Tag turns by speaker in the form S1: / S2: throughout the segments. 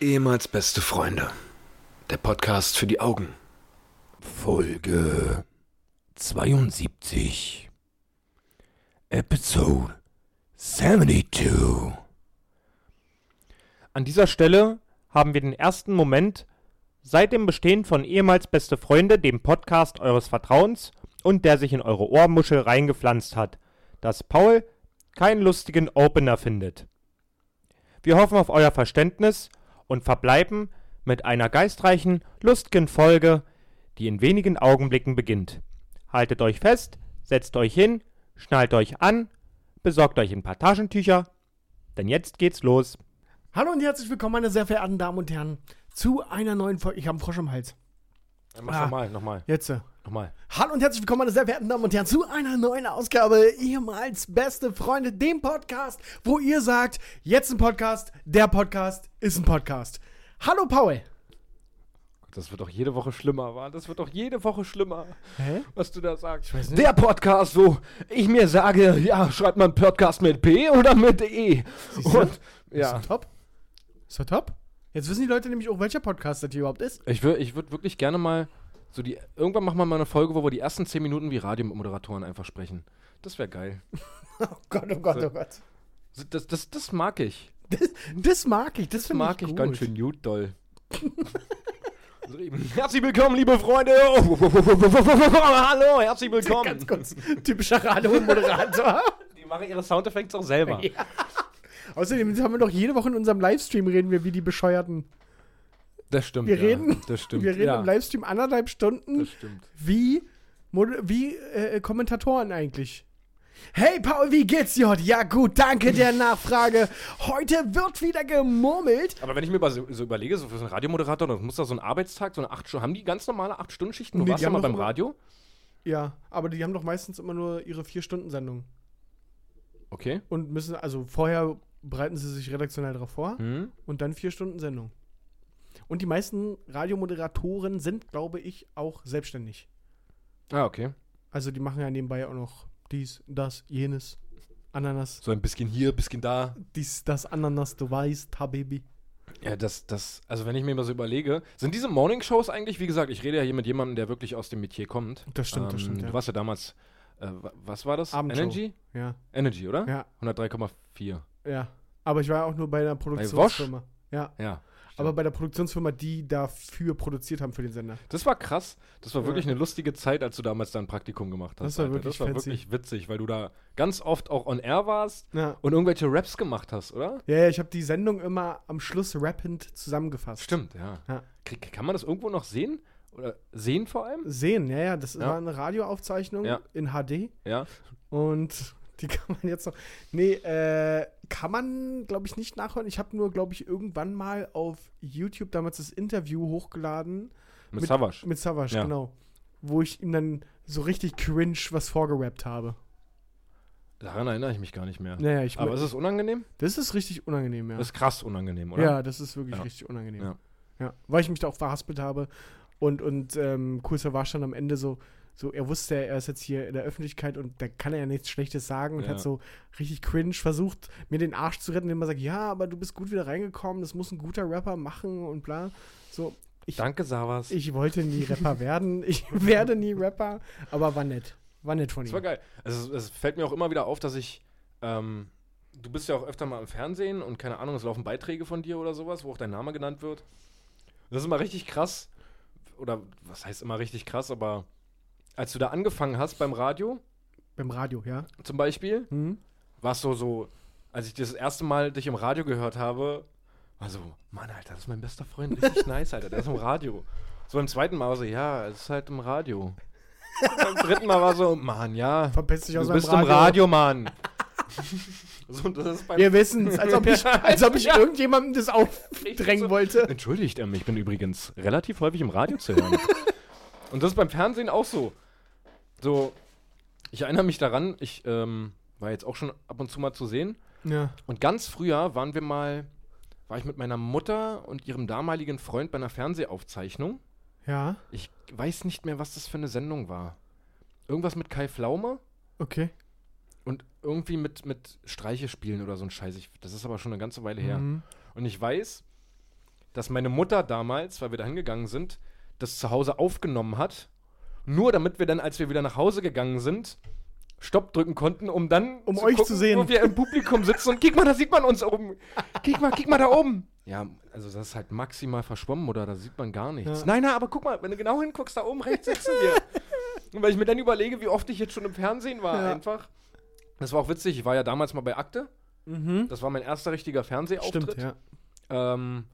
S1: Ehemals beste Freunde. Der Podcast für die Augen.
S2: Folge 72. Episode 72.
S3: An dieser Stelle haben wir den ersten Moment seit dem Bestehen von ehemals beste Freunde, dem Podcast eures Vertrauens und der sich in eure Ohrmuschel reingepflanzt hat, dass Paul keinen lustigen Opener findet. Wir hoffen auf euer Verständnis und verbleiben mit einer geistreichen, lustigen Folge, die in wenigen Augenblicken beginnt. Haltet euch fest, setzt euch hin, schnallt euch an, besorgt euch ein paar Taschentücher, denn jetzt geht's los.
S4: Hallo und herzlich willkommen, meine sehr verehrten Damen und Herren, zu einer neuen Folge. Ich habe einen Frosch im Hals.
S3: Mach
S4: Ah.
S3: nochmal, nochmal,
S4: Jetzt. äh.
S3: nochmal.
S4: Hallo und herzlich willkommen, meine sehr verehrten Damen und Herren, zu einer neuen Ausgabe ehemals beste Freunde, dem Podcast, wo ihr sagt, jetzt ein Podcast, der Podcast ist ein Podcast. Hallo Paul.
S1: Das wird doch jede Woche schlimmer, war. Das wird doch jede Woche schlimmer,
S4: Hä?
S1: was du da sagst.
S4: Der
S1: Der Podcast, wo ich mir sage, ja, schreibt man Podcast mit P oder mit E?
S4: du?
S1: Und
S4: ja. Ist
S1: ja,
S4: er top? Ist er top? Jetzt wissen die Leute nämlich auch, welcher Podcast das hier überhaupt ist.
S1: ich würde ich würd wirklich gerne mal so die irgendwann machen wir mal eine Folge, wo wir die ersten 10 Minuten wie Radiomoderatoren einfach sprechen. Das wäre geil.
S4: Oh Gott, oh Gott, oh Gott.
S1: So, Das, das, das mag ich.
S4: Das, das mag ich, das,
S1: Das
S4: finde
S1: mag
S4: ich
S1: ich
S4: gut.
S1: ganz schön gut doll. So eben. Herzlich willkommen, liebe Freunde.
S4: Oh,
S1: Hallo, herzlich willkommen.
S4: Ganz kurz, typischer Radio-Moderator.
S3: Die machen ihre Soundeffekte auch selber.
S4: Außerdem haben wir doch jede Woche in unserem Livestream reden wir wie die Bescheuerten.
S1: Das stimmt.
S4: Wir
S1: ja.
S4: reden-
S1: Das stimmt.
S4: wir reden
S1: ja.
S4: im Livestream anderthalb Stunden
S1: Das stimmt.
S4: wie, Mod- wie äh, Kommentatoren eigentlich. Hey Paul, wie geht's dir heute? Ja gut, danke der Nachfrage. Heute wird wieder gemurmelt.
S1: Aber wenn ich mir mal so, so überlege, so für so einen Radiomoderator, das muss da so ein Arbeitstag, so eine 8 Stunden, haben die ganz normale 8 Stunden Schichten? Du
S4: Nee,
S1: warst
S4: die
S1: ja
S4: haben
S1: mal
S4: doch
S1: beim
S4: immer-
S1: Radio.
S4: Ja, aber die haben doch meistens immer nur ihre vier Stunden Sendung
S1: Okay.
S4: und müssen also vorher bereiten sie sich redaktionell darauf vor
S1: Hm?
S4: und dann vier Stunden Sendung. Und die meisten Radiomoderatoren sind, glaube ich, auch selbstständig.
S1: Ah, okay.
S4: Also die machen ja nebenbei auch noch dies, das, jenes, Ananas,
S1: So ein bisschen hier, bisschen da.
S4: dies, das, Ananas, du weißt, Habibi.
S1: Ja, das, das, also wenn ich mir mal so überlege, sind diese Morning-Shows eigentlich, wie gesagt, ich rede ja hier mit jemandem, der wirklich aus dem Metier kommt. Ähm,
S4: Das stimmt, das stimmt,
S1: Du
S4: ja.
S1: warst ja damals, äh, wa- was war das?
S4: Abendshow.
S1: Energy?
S4: Ja,
S1: Energy, oder?
S4: ja,
S1: 103,4.
S4: ja. Aber ich war ja auch nur bei einer
S1: Wosch?
S4: Produktionsfirma. ja,
S1: Ja.
S4: aber bei der Produktionsfirma, die dafür produziert haben für den Sender.
S1: Das war krass. Das war
S4: Ja.
S1: wirklich eine lustige Zeit, als du damals dein Praktikum gemacht hast.
S4: Das war wirklich
S1: das war
S4: fancy.
S1: wirklich witzig, weil du da ganz oft auch on air warst
S4: Ja,
S1: und irgendwelche Raps gemacht hast, oder?
S4: ja, ja ich habe die Sendung immer am Schluss rappend zusammengefasst.
S1: Stimmt, ja.
S4: Ja.
S1: Krieg, kann man das irgendwo noch sehen? Oder sehen vor allem?
S4: Sehen, ja, ja, das
S1: Ja.
S4: war eine Radioaufzeichnung
S1: Ja.
S4: in HD
S1: Ja.
S4: und die kann man jetzt noch. Nee, äh, kann man, glaube ich, nicht nachhören. Ich habe nur, glaube ich, irgendwann mal auf YouTube damals das Interview hochgeladen
S1: Mit,
S4: Mit-
S1: Savage.
S4: Mit Savage,
S1: Ja.
S4: genau. Wo ich ihm dann so richtig cringe was vorgerappt habe.
S1: Daran erinnere ich mich gar nicht mehr.
S4: Naja, ich
S1: Aber ist es unangenehm?
S4: Das ist richtig unangenehm, ja.
S1: Das ist krass unangenehm, oder?
S4: ja, das ist wirklich
S1: Ja.
S4: richtig unangenehm.
S1: Ja.
S4: Ja. Weil ich mich da auch verhaspelt habe. Und, und ähm, Cool Savage dann am Ende so, so, er wusste, ja, er ist jetzt hier in der Öffentlichkeit und da kann er ja nichts Schlechtes sagen und
S1: Ja.
S4: hat so richtig cringe versucht, mir den Arsch zu retten, indem er sagt, ja, aber du bist gut wieder reingekommen, das muss ein guter Rapper machen und bla. So,
S1: Danke, Savas.
S4: ich wollte nie Rapper werden, ich werde nie Rapper, aber war nett. War nett von ihm.
S1: Das war geil. Also, es fällt mir auch immer wieder auf, dass ich. Ähm, du bist ja auch öfter mal im Fernsehen und keine Ahnung, es laufen Beiträge von dir oder sowas, wo auch dein Name genannt wird. Das ist immer richtig krass. Oder was heißt immer richtig krass, aber als du da angefangen hast beim Radio
S4: Beim Radio, ja.
S1: zum Beispiel, war es so, so, als ich das erste Mal dich im Radio gehört habe, war so, Mann, Alter, das ist mein bester Freund, richtig nice, Alter, der ist im Radio. So beim zweiten Mal war so, ja, es ist halt im Radio. beim dritten Mal war so, Mann, ja,
S4: Verpiss dich aus
S1: du
S4: meinem
S1: bist im Radio, Mann. so, das ist beim
S4: Wir wissen es, als ob ich, als ob ich irgendjemandem das aufdrängen wollte.
S1: Entschuldigt, ähm, ich bin übrigens relativ häufig im Radio zu hören. Und das ist beim Fernsehen auch so. So, ich erinnere mich daran, ich ähm, war jetzt auch schon ab und zu mal zu sehen.
S4: Ja.
S1: Und ganz früher waren wir mal, war ich mit meiner Mutter und ihrem damaligen Freund bei einer Fernsehaufzeichnung.
S4: Ja,
S1: Ich weiß nicht mehr, was das für eine Sendung war. Irgendwas mit Kai Flaume
S4: okay.
S1: und irgendwie mit, mit Streiche spielen oder so ein Scheiß. Ich, das ist aber schon eine ganze Weile her.
S4: Mhm.
S1: Und ich weiß, dass meine Mutter damals, weil wir da hingegangen sind, das zu Hause aufgenommen hat. Nur damit wir dann, als wir wieder nach Hause gegangen sind, Stopp drücken konnten, um dann
S4: Um euch zu sehen.
S1: wo wir im Publikum sitzen und guck mal, da sieht man uns oben. Guck mal, guck mal da oben. Ja, also das ist halt maximal verschwommen oder da sieht man gar nichts.
S4: Ja.
S1: Nein, nein, aber guck mal, wenn du genau hinguckst, da oben rechts sitzen wir. Und weil ich mir dann überlege, wie oft ich jetzt schon im Fernsehen war,
S4: Ja.
S1: einfach. Das war auch witzig, ich war ja damals mal bei Akte. Das war mein erster richtiger Fernsehauftritt.
S4: Mhm. Stimmt, ja.
S1: Ähm,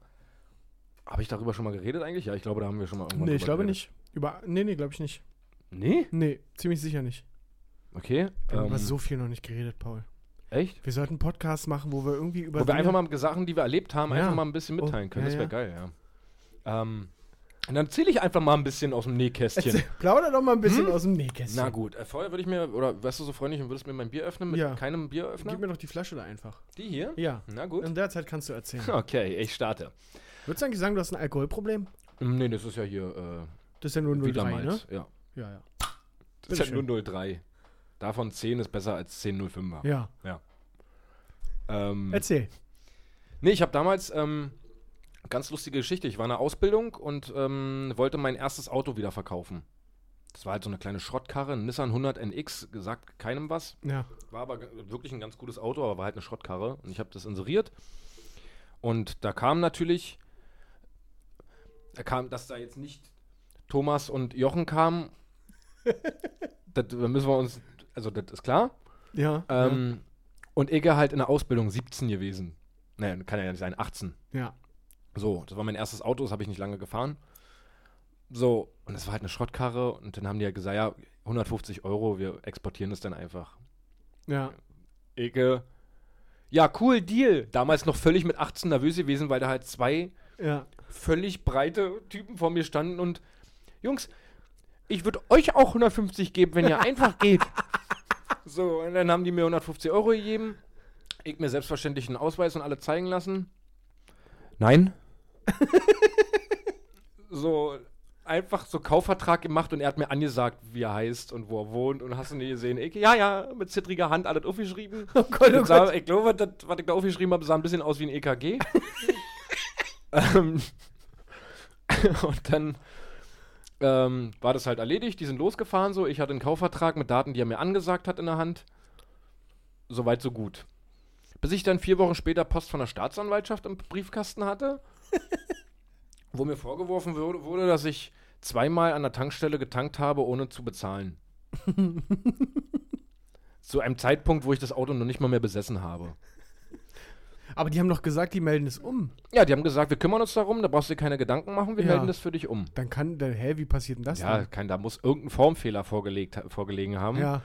S1: habe ich darüber schon mal geredet eigentlich? Ja, ich glaube, da haben wir schon mal irgendwann
S4: Nee, ich
S1: drüber
S4: glaube nicht. Über, nee, nee, glaube ich nicht.
S1: geredet.
S4: Nee, ziemlich sicher nicht.
S1: Nee? Okay.
S4: Wir haben
S1: Ähm,
S4: über so viel noch nicht geredet, Paul.
S1: echt?
S4: Wir sollten einen Podcast machen, wo wir irgendwie über.
S1: Wo wir
S4: Dinge-
S1: einfach mal Sachen, die wir erlebt haben,
S4: Ja.
S1: einfach mal ein bisschen
S4: Oh,
S1: mitteilen können.
S4: ja,
S1: das wäre geil, ja. Ähm, und dann zähle ich einfach mal ein bisschen aus dem Nähkästchen.
S4: Erzähl- Plauder doch mal ein bisschen aus dem Nähkästchen.
S1: Na gut, äh, vorher würde ich mir, oder wärst du so freundlich und würdest mir mein Bier öffnen mit
S4: Ja.
S1: keinem Bieröffner?
S4: Gib mir Ähm. doch die Flasche da einfach.
S1: Die hier?
S4: Ja.
S1: Na gut.
S4: In der Zeit kannst du erzählen.
S1: Okay, ich starte.
S4: Würdest du eigentlich sagen, du hast ein Alkoholproblem?
S1: Hm, Nee, das ist ja hier
S4: Das ist ja nur
S1: äh,
S4: 0,3,
S1: wieder
S4: ne?
S1: Malz. Ja.
S4: Ja, ja.
S1: Das ist ja
S4: Bitteschön.
S1: nur 03. Davon 10 ist besser als 10,05er.
S4: Ja,
S1: Ähm,
S4: erzähl.
S1: Nee, ich habe damals ähm, ganz lustige Geschichte. Ich war in der Ausbildung und ähm, wollte mein erstes Auto wieder verkaufen. Das war halt so eine kleine Schrottkarre, ein Nissan 100 NX, gesagt keinem was.
S4: Ja.
S1: War aber g- wirklich ein ganz gutes Auto, aber war halt eine Schrottkarre. Und ich habe das inseriert. Und da kam natürlich, da kam, dass da jetzt nicht Thomas und Jochen kamen. das, da müssen wir uns, also das ist klar.
S4: Ja.
S1: Ähm, Und Ege halt in der Ausbildung 17 gewesen. Naja, kann ja nicht sein, 18.
S4: ja.
S1: So, das war mein erstes Auto, das habe ich nicht lange gefahren. So, und das war halt eine Schrottkarre und dann haben die ja gesagt, ja, 150 Euro, wir exportieren das dann einfach.
S4: Ja.
S1: Eke. Ja, cool, Deal. Damals noch völlig mit 18 nervös gewesen, weil da halt zwei
S4: Ja.
S1: völlig breite Typen vor mir standen und Jungs, ich würde euch auch 150 geben, wenn ihr einfach geht. So, und dann haben die mir 150 Euro gegeben. Ich mir selbstverständlich einen Ausweis und alle zeigen lassen. Nein. so, einfach so Kaufvertrag gemacht und er hat mir angesagt, wie er heißt und wo er wohnt und hast du nicht gesehen. Ich, ja, ja, mit zittriger Hand alles aufgeschrieben.
S4: Oh Gott,
S1: Das sah, ich glaube, das, was ich da aufgeschrieben habe, sah ein bisschen aus wie ein EKG. ähm, und dann ähm, war das halt erledigt. Die sind losgefahren so. Ich hatte einen Kaufvertrag mit Daten, die er mir angesagt hat in der Hand. Soweit, so gut. Bis ich dann vier Wochen später Post von der Staatsanwaltschaft im Briefkasten hatte, wo mir vorgeworfen wurde, wurde, dass ich zweimal an der Tankstelle getankt habe, ohne zu bezahlen. Zu einem Zeitpunkt, wo ich das Auto noch nicht mal mehr besessen habe.
S4: Aber die haben doch gesagt, die melden es um.
S1: Ja, die haben gesagt, wir kümmern uns darum, da brauchst du dir keine Gedanken machen, wir
S4: Ja.
S1: melden das für dich um.
S4: Dann kann, dann, hä, wie passiert denn das
S1: Ja,
S4: denn?
S1: kein, da muss irgendein Formfehler vorgelegt, vorgelegen haben.
S4: Ja.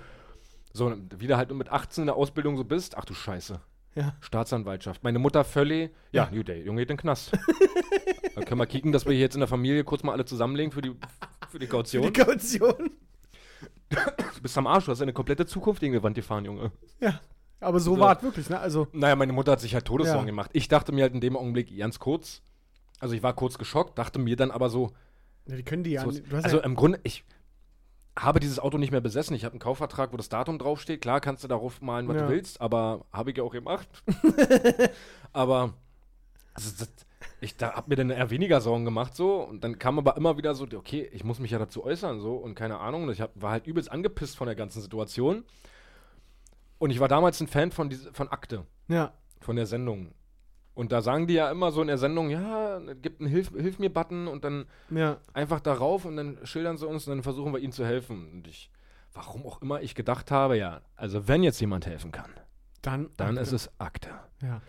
S1: So, wieder halt nur mit 18 in der Ausbildung so bist. Ach du Scheiße.
S4: Ja.
S1: Staatsanwaltschaft. Meine Mutter völlig. Ja, gut, der Junge geht in den Knast. Dann können wir kicken, dass wir hier jetzt in der Familie kurz mal alle zusammenlegen für die, für die
S4: Die
S1: Kaution.
S4: Kaution.
S1: Du bist am Arsch, du hast eine komplette Zukunft gegen die Wand gefahren, Junge.
S4: Ja. Aber so,
S1: So.
S4: war es wirklich, ne? Also,
S1: Naja, meine Mutter hat sich halt Todessorgen
S4: Ja.
S1: gemacht. Ich dachte mir halt in dem Augenblick ganz kurz, also ich war kurz geschockt, dachte mir dann aber so,
S4: ja, die können die ja.
S1: So
S4: nicht-
S1: ist-
S4: du hast
S1: also
S4: ja
S1: im Grunde, ich habe dieses Auto nicht mehr besessen. Ich habe einen Kaufvertrag, wo das Datum draufsteht. Klar kannst du darauf malen, was
S4: Ja.
S1: du willst, aber habe ich ja auch gemacht. aber also, das, ich da habe mir dann eher weniger Sorgen gemacht so und dann kam aber immer wieder so, okay, ich muss mich ja dazu äußern so und keine Ahnung. Und Ich hab, war halt übelst angepisst von der ganzen Situation. Und ich war damals ein Fan von, diese- von Akte
S4: ja.
S1: von der Sendung. Und da sagen die ja immer so in der Sendung, ja, gibt einen Hilf, Hilf mir Button und dann
S4: Ja.
S1: einfach darauf und dann schildern sie uns und dann versuchen wir ihnen zu helfen. Und ich, warum auch immer ich gedacht habe, ja, also wenn jetzt jemand helfen kann,
S4: Dann.
S1: dann ist es Akte.
S4: Ja.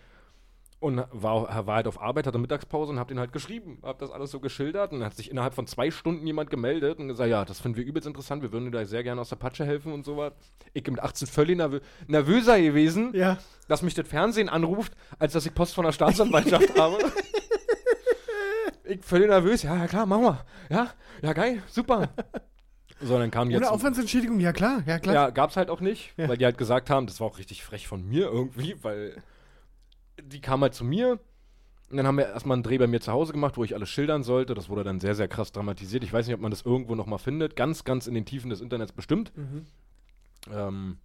S1: Und war, war halt auf Arbeit, hatte Mittagspause und hab den halt geschrieben, hab das alles so geschildert und hat sich innerhalb von zwei Stunden jemand gemeldet und gesagt, ja, das finden wir übelst interessant, wir würden dir da sehr gerne aus der Patsche helfen und sowas. Ich bin mit 18 völlig nervö nervöser gewesen
S4: Ja.
S1: dass mich das Fernsehen anruft, als dass ich Post von der Staatsanwaltschaft habe. Ich völlig nervös. Ja, ja klar, machen wir. Ja, ja geil, super. So, dann kam jetzt.
S4: Ohne Aufwandsentschädigung, ja klar, ja klar.
S1: Ja, gab's halt auch nicht, weil die halt gesagt haben, das war auch richtig frech von mir irgendwie, weil die kam halt zu mir. Und dann haben wir erstmal einen Dreh bei mir zu Hause gemacht, wo ich alles schildern sollte. Das wurde dann sehr, sehr krass dramatisiert. Ich weiß nicht, ob man das irgendwo nochmal findet. Ganz, ganz in den Tiefen des Internets bestimmt.
S4: Mhm.
S1: Ähm,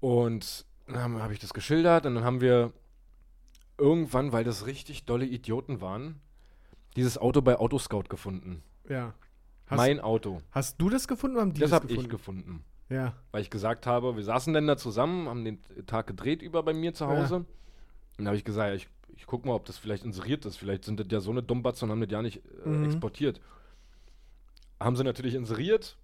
S1: und dann habe hab ich das geschildert und dann haben wir irgendwann, weil das richtig dolle Idioten waren, dieses Auto bei Autoscout gefunden.
S4: Ja. Hast,
S1: mein Auto.
S4: hast du das gefunden oder haben die
S1: Das
S4: das
S1: habe
S4: gefunden?
S1: ich gefunden.
S4: ja.
S1: Weil ich gesagt habe, wir saßen denn da zusammen, haben den Tag gedreht über bei mir zu
S4: Ja.
S1: Hause. Und dann habe ich gesagt, ja, ich, ich guck mal, ob das vielleicht inseriert ist. Vielleicht sind das ja so eine Dummbatze und haben das ja nicht äh,
S4: Mhm.
S1: exportiert. Haben sie natürlich inseriert.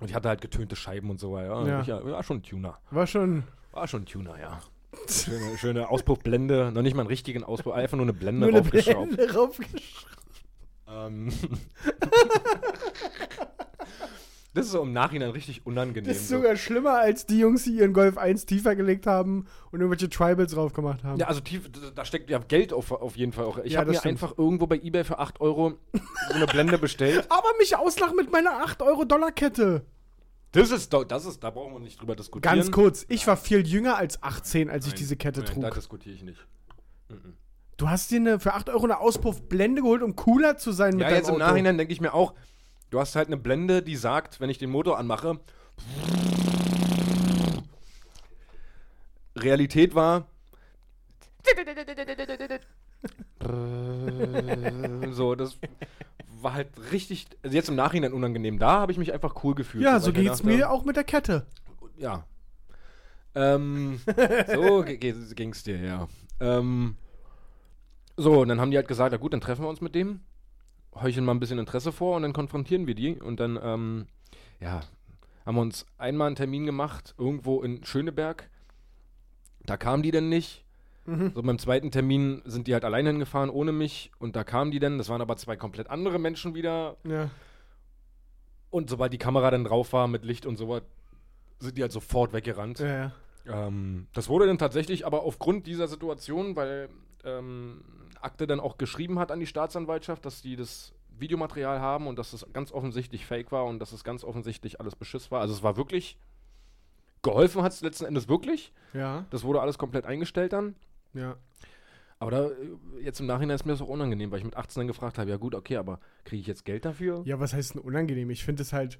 S1: Und ich hatte halt getönte Scheiben und so. Ja,
S4: Ja.
S1: ja. Ich, ja war schon ein Tuner.
S4: War schon
S1: War schon ein Tuner, ja. Schöne, schöne Auspuffblende. Noch nicht mal einen richtigen Auspuff, einfach nur eine Blende
S4: nur eine
S1: draufgeschraubt.
S4: Blende raufgeschraubt.
S1: Ähm. das ist so im Nachhinein richtig unangenehm.
S4: Das ist
S1: so.
S4: sogar schlimmer als die Jungs, die ihren Golf 1 tiefer gelegt haben und irgendwelche Tribals drauf gemacht haben.
S1: Ja, also tief, da- da steckt ja Geld auf, auf jeden Fall auch. Ich
S4: Ja,
S1: habe
S4: das
S1: mir
S4: stimmt.
S1: einfach irgendwo bei Ebay für 8 Euro so eine Blende bestellt.
S4: Aber mich auslachen mit meiner 8-Euro-Dollar-Kette.
S1: Das ist, doch- das ist, da brauchen wir nicht drüber diskutieren.
S4: Ganz kurz, ich war viel jünger als 18, als ich
S1: Nein,
S4: diese Kette
S1: nein, Da
S4: trug.
S1: diskutiere ich nicht.
S4: Du hast dir eine, für 8 Euro eine Auspuffblende geholt, um cooler zu sein mit
S1: Ja,
S4: deinem
S1: jetzt im
S4: Auto.
S1: Nachhinein denke ich mir auch, du hast halt eine Blende, die sagt, wenn ich den Motor anmache. Realität war, so, das war halt richtig, also jetzt im Nachhinein unangenehm. Da habe ich mich einfach cool gefühlt.
S4: Ja,
S1: weil
S4: so
S1: ich mir
S4: geht's
S1: dachte,
S4: mir auch mit der Kette.
S1: Ja. Ähm, so ge- ge- ging's dir, ja. Ähm, so, und dann haben die halt gesagt, na gut, dann treffen wir uns mit dem, heucheln mal ein bisschen Interesse vor und dann konfrontieren wir die. Und dann, ähm, ja, haben wir uns einmal einen Termin gemacht, irgendwo in Schöneberg. Da kamen die dann nicht. So beim zweiten Termin sind die halt allein hingefahren, ohne mich. Und da kamen die dann, das waren aber zwei komplett andere Menschen wieder.
S4: Ja.
S1: Und sobald die Kamera dann drauf war mit Licht und sowas, sind die halt sofort weggerannt.
S4: Ja, ja.
S1: Ähm, das wurde dann tatsächlich aber aufgrund dieser Situation, weil ähm, Akte dann auch geschrieben hat an die Staatsanwaltschaft, dass die das Videomaterial haben und dass es ganz offensichtlich fake war und dass es ganz offensichtlich alles Beschiss war. Also es war wirklich geholfen hat es letzten Endes wirklich.
S4: Ja,
S1: Das wurde alles komplett eingestellt dann.
S4: ja.
S1: Aber da, äh, jetzt im Nachhinein ist mir das auch unangenehm, weil ich mit 18 dann gefragt habe, ja gut, okay, aber kriege ich jetzt Geld dafür?
S4: Ja, was heißt denn unangenehm? Ich finde es halt.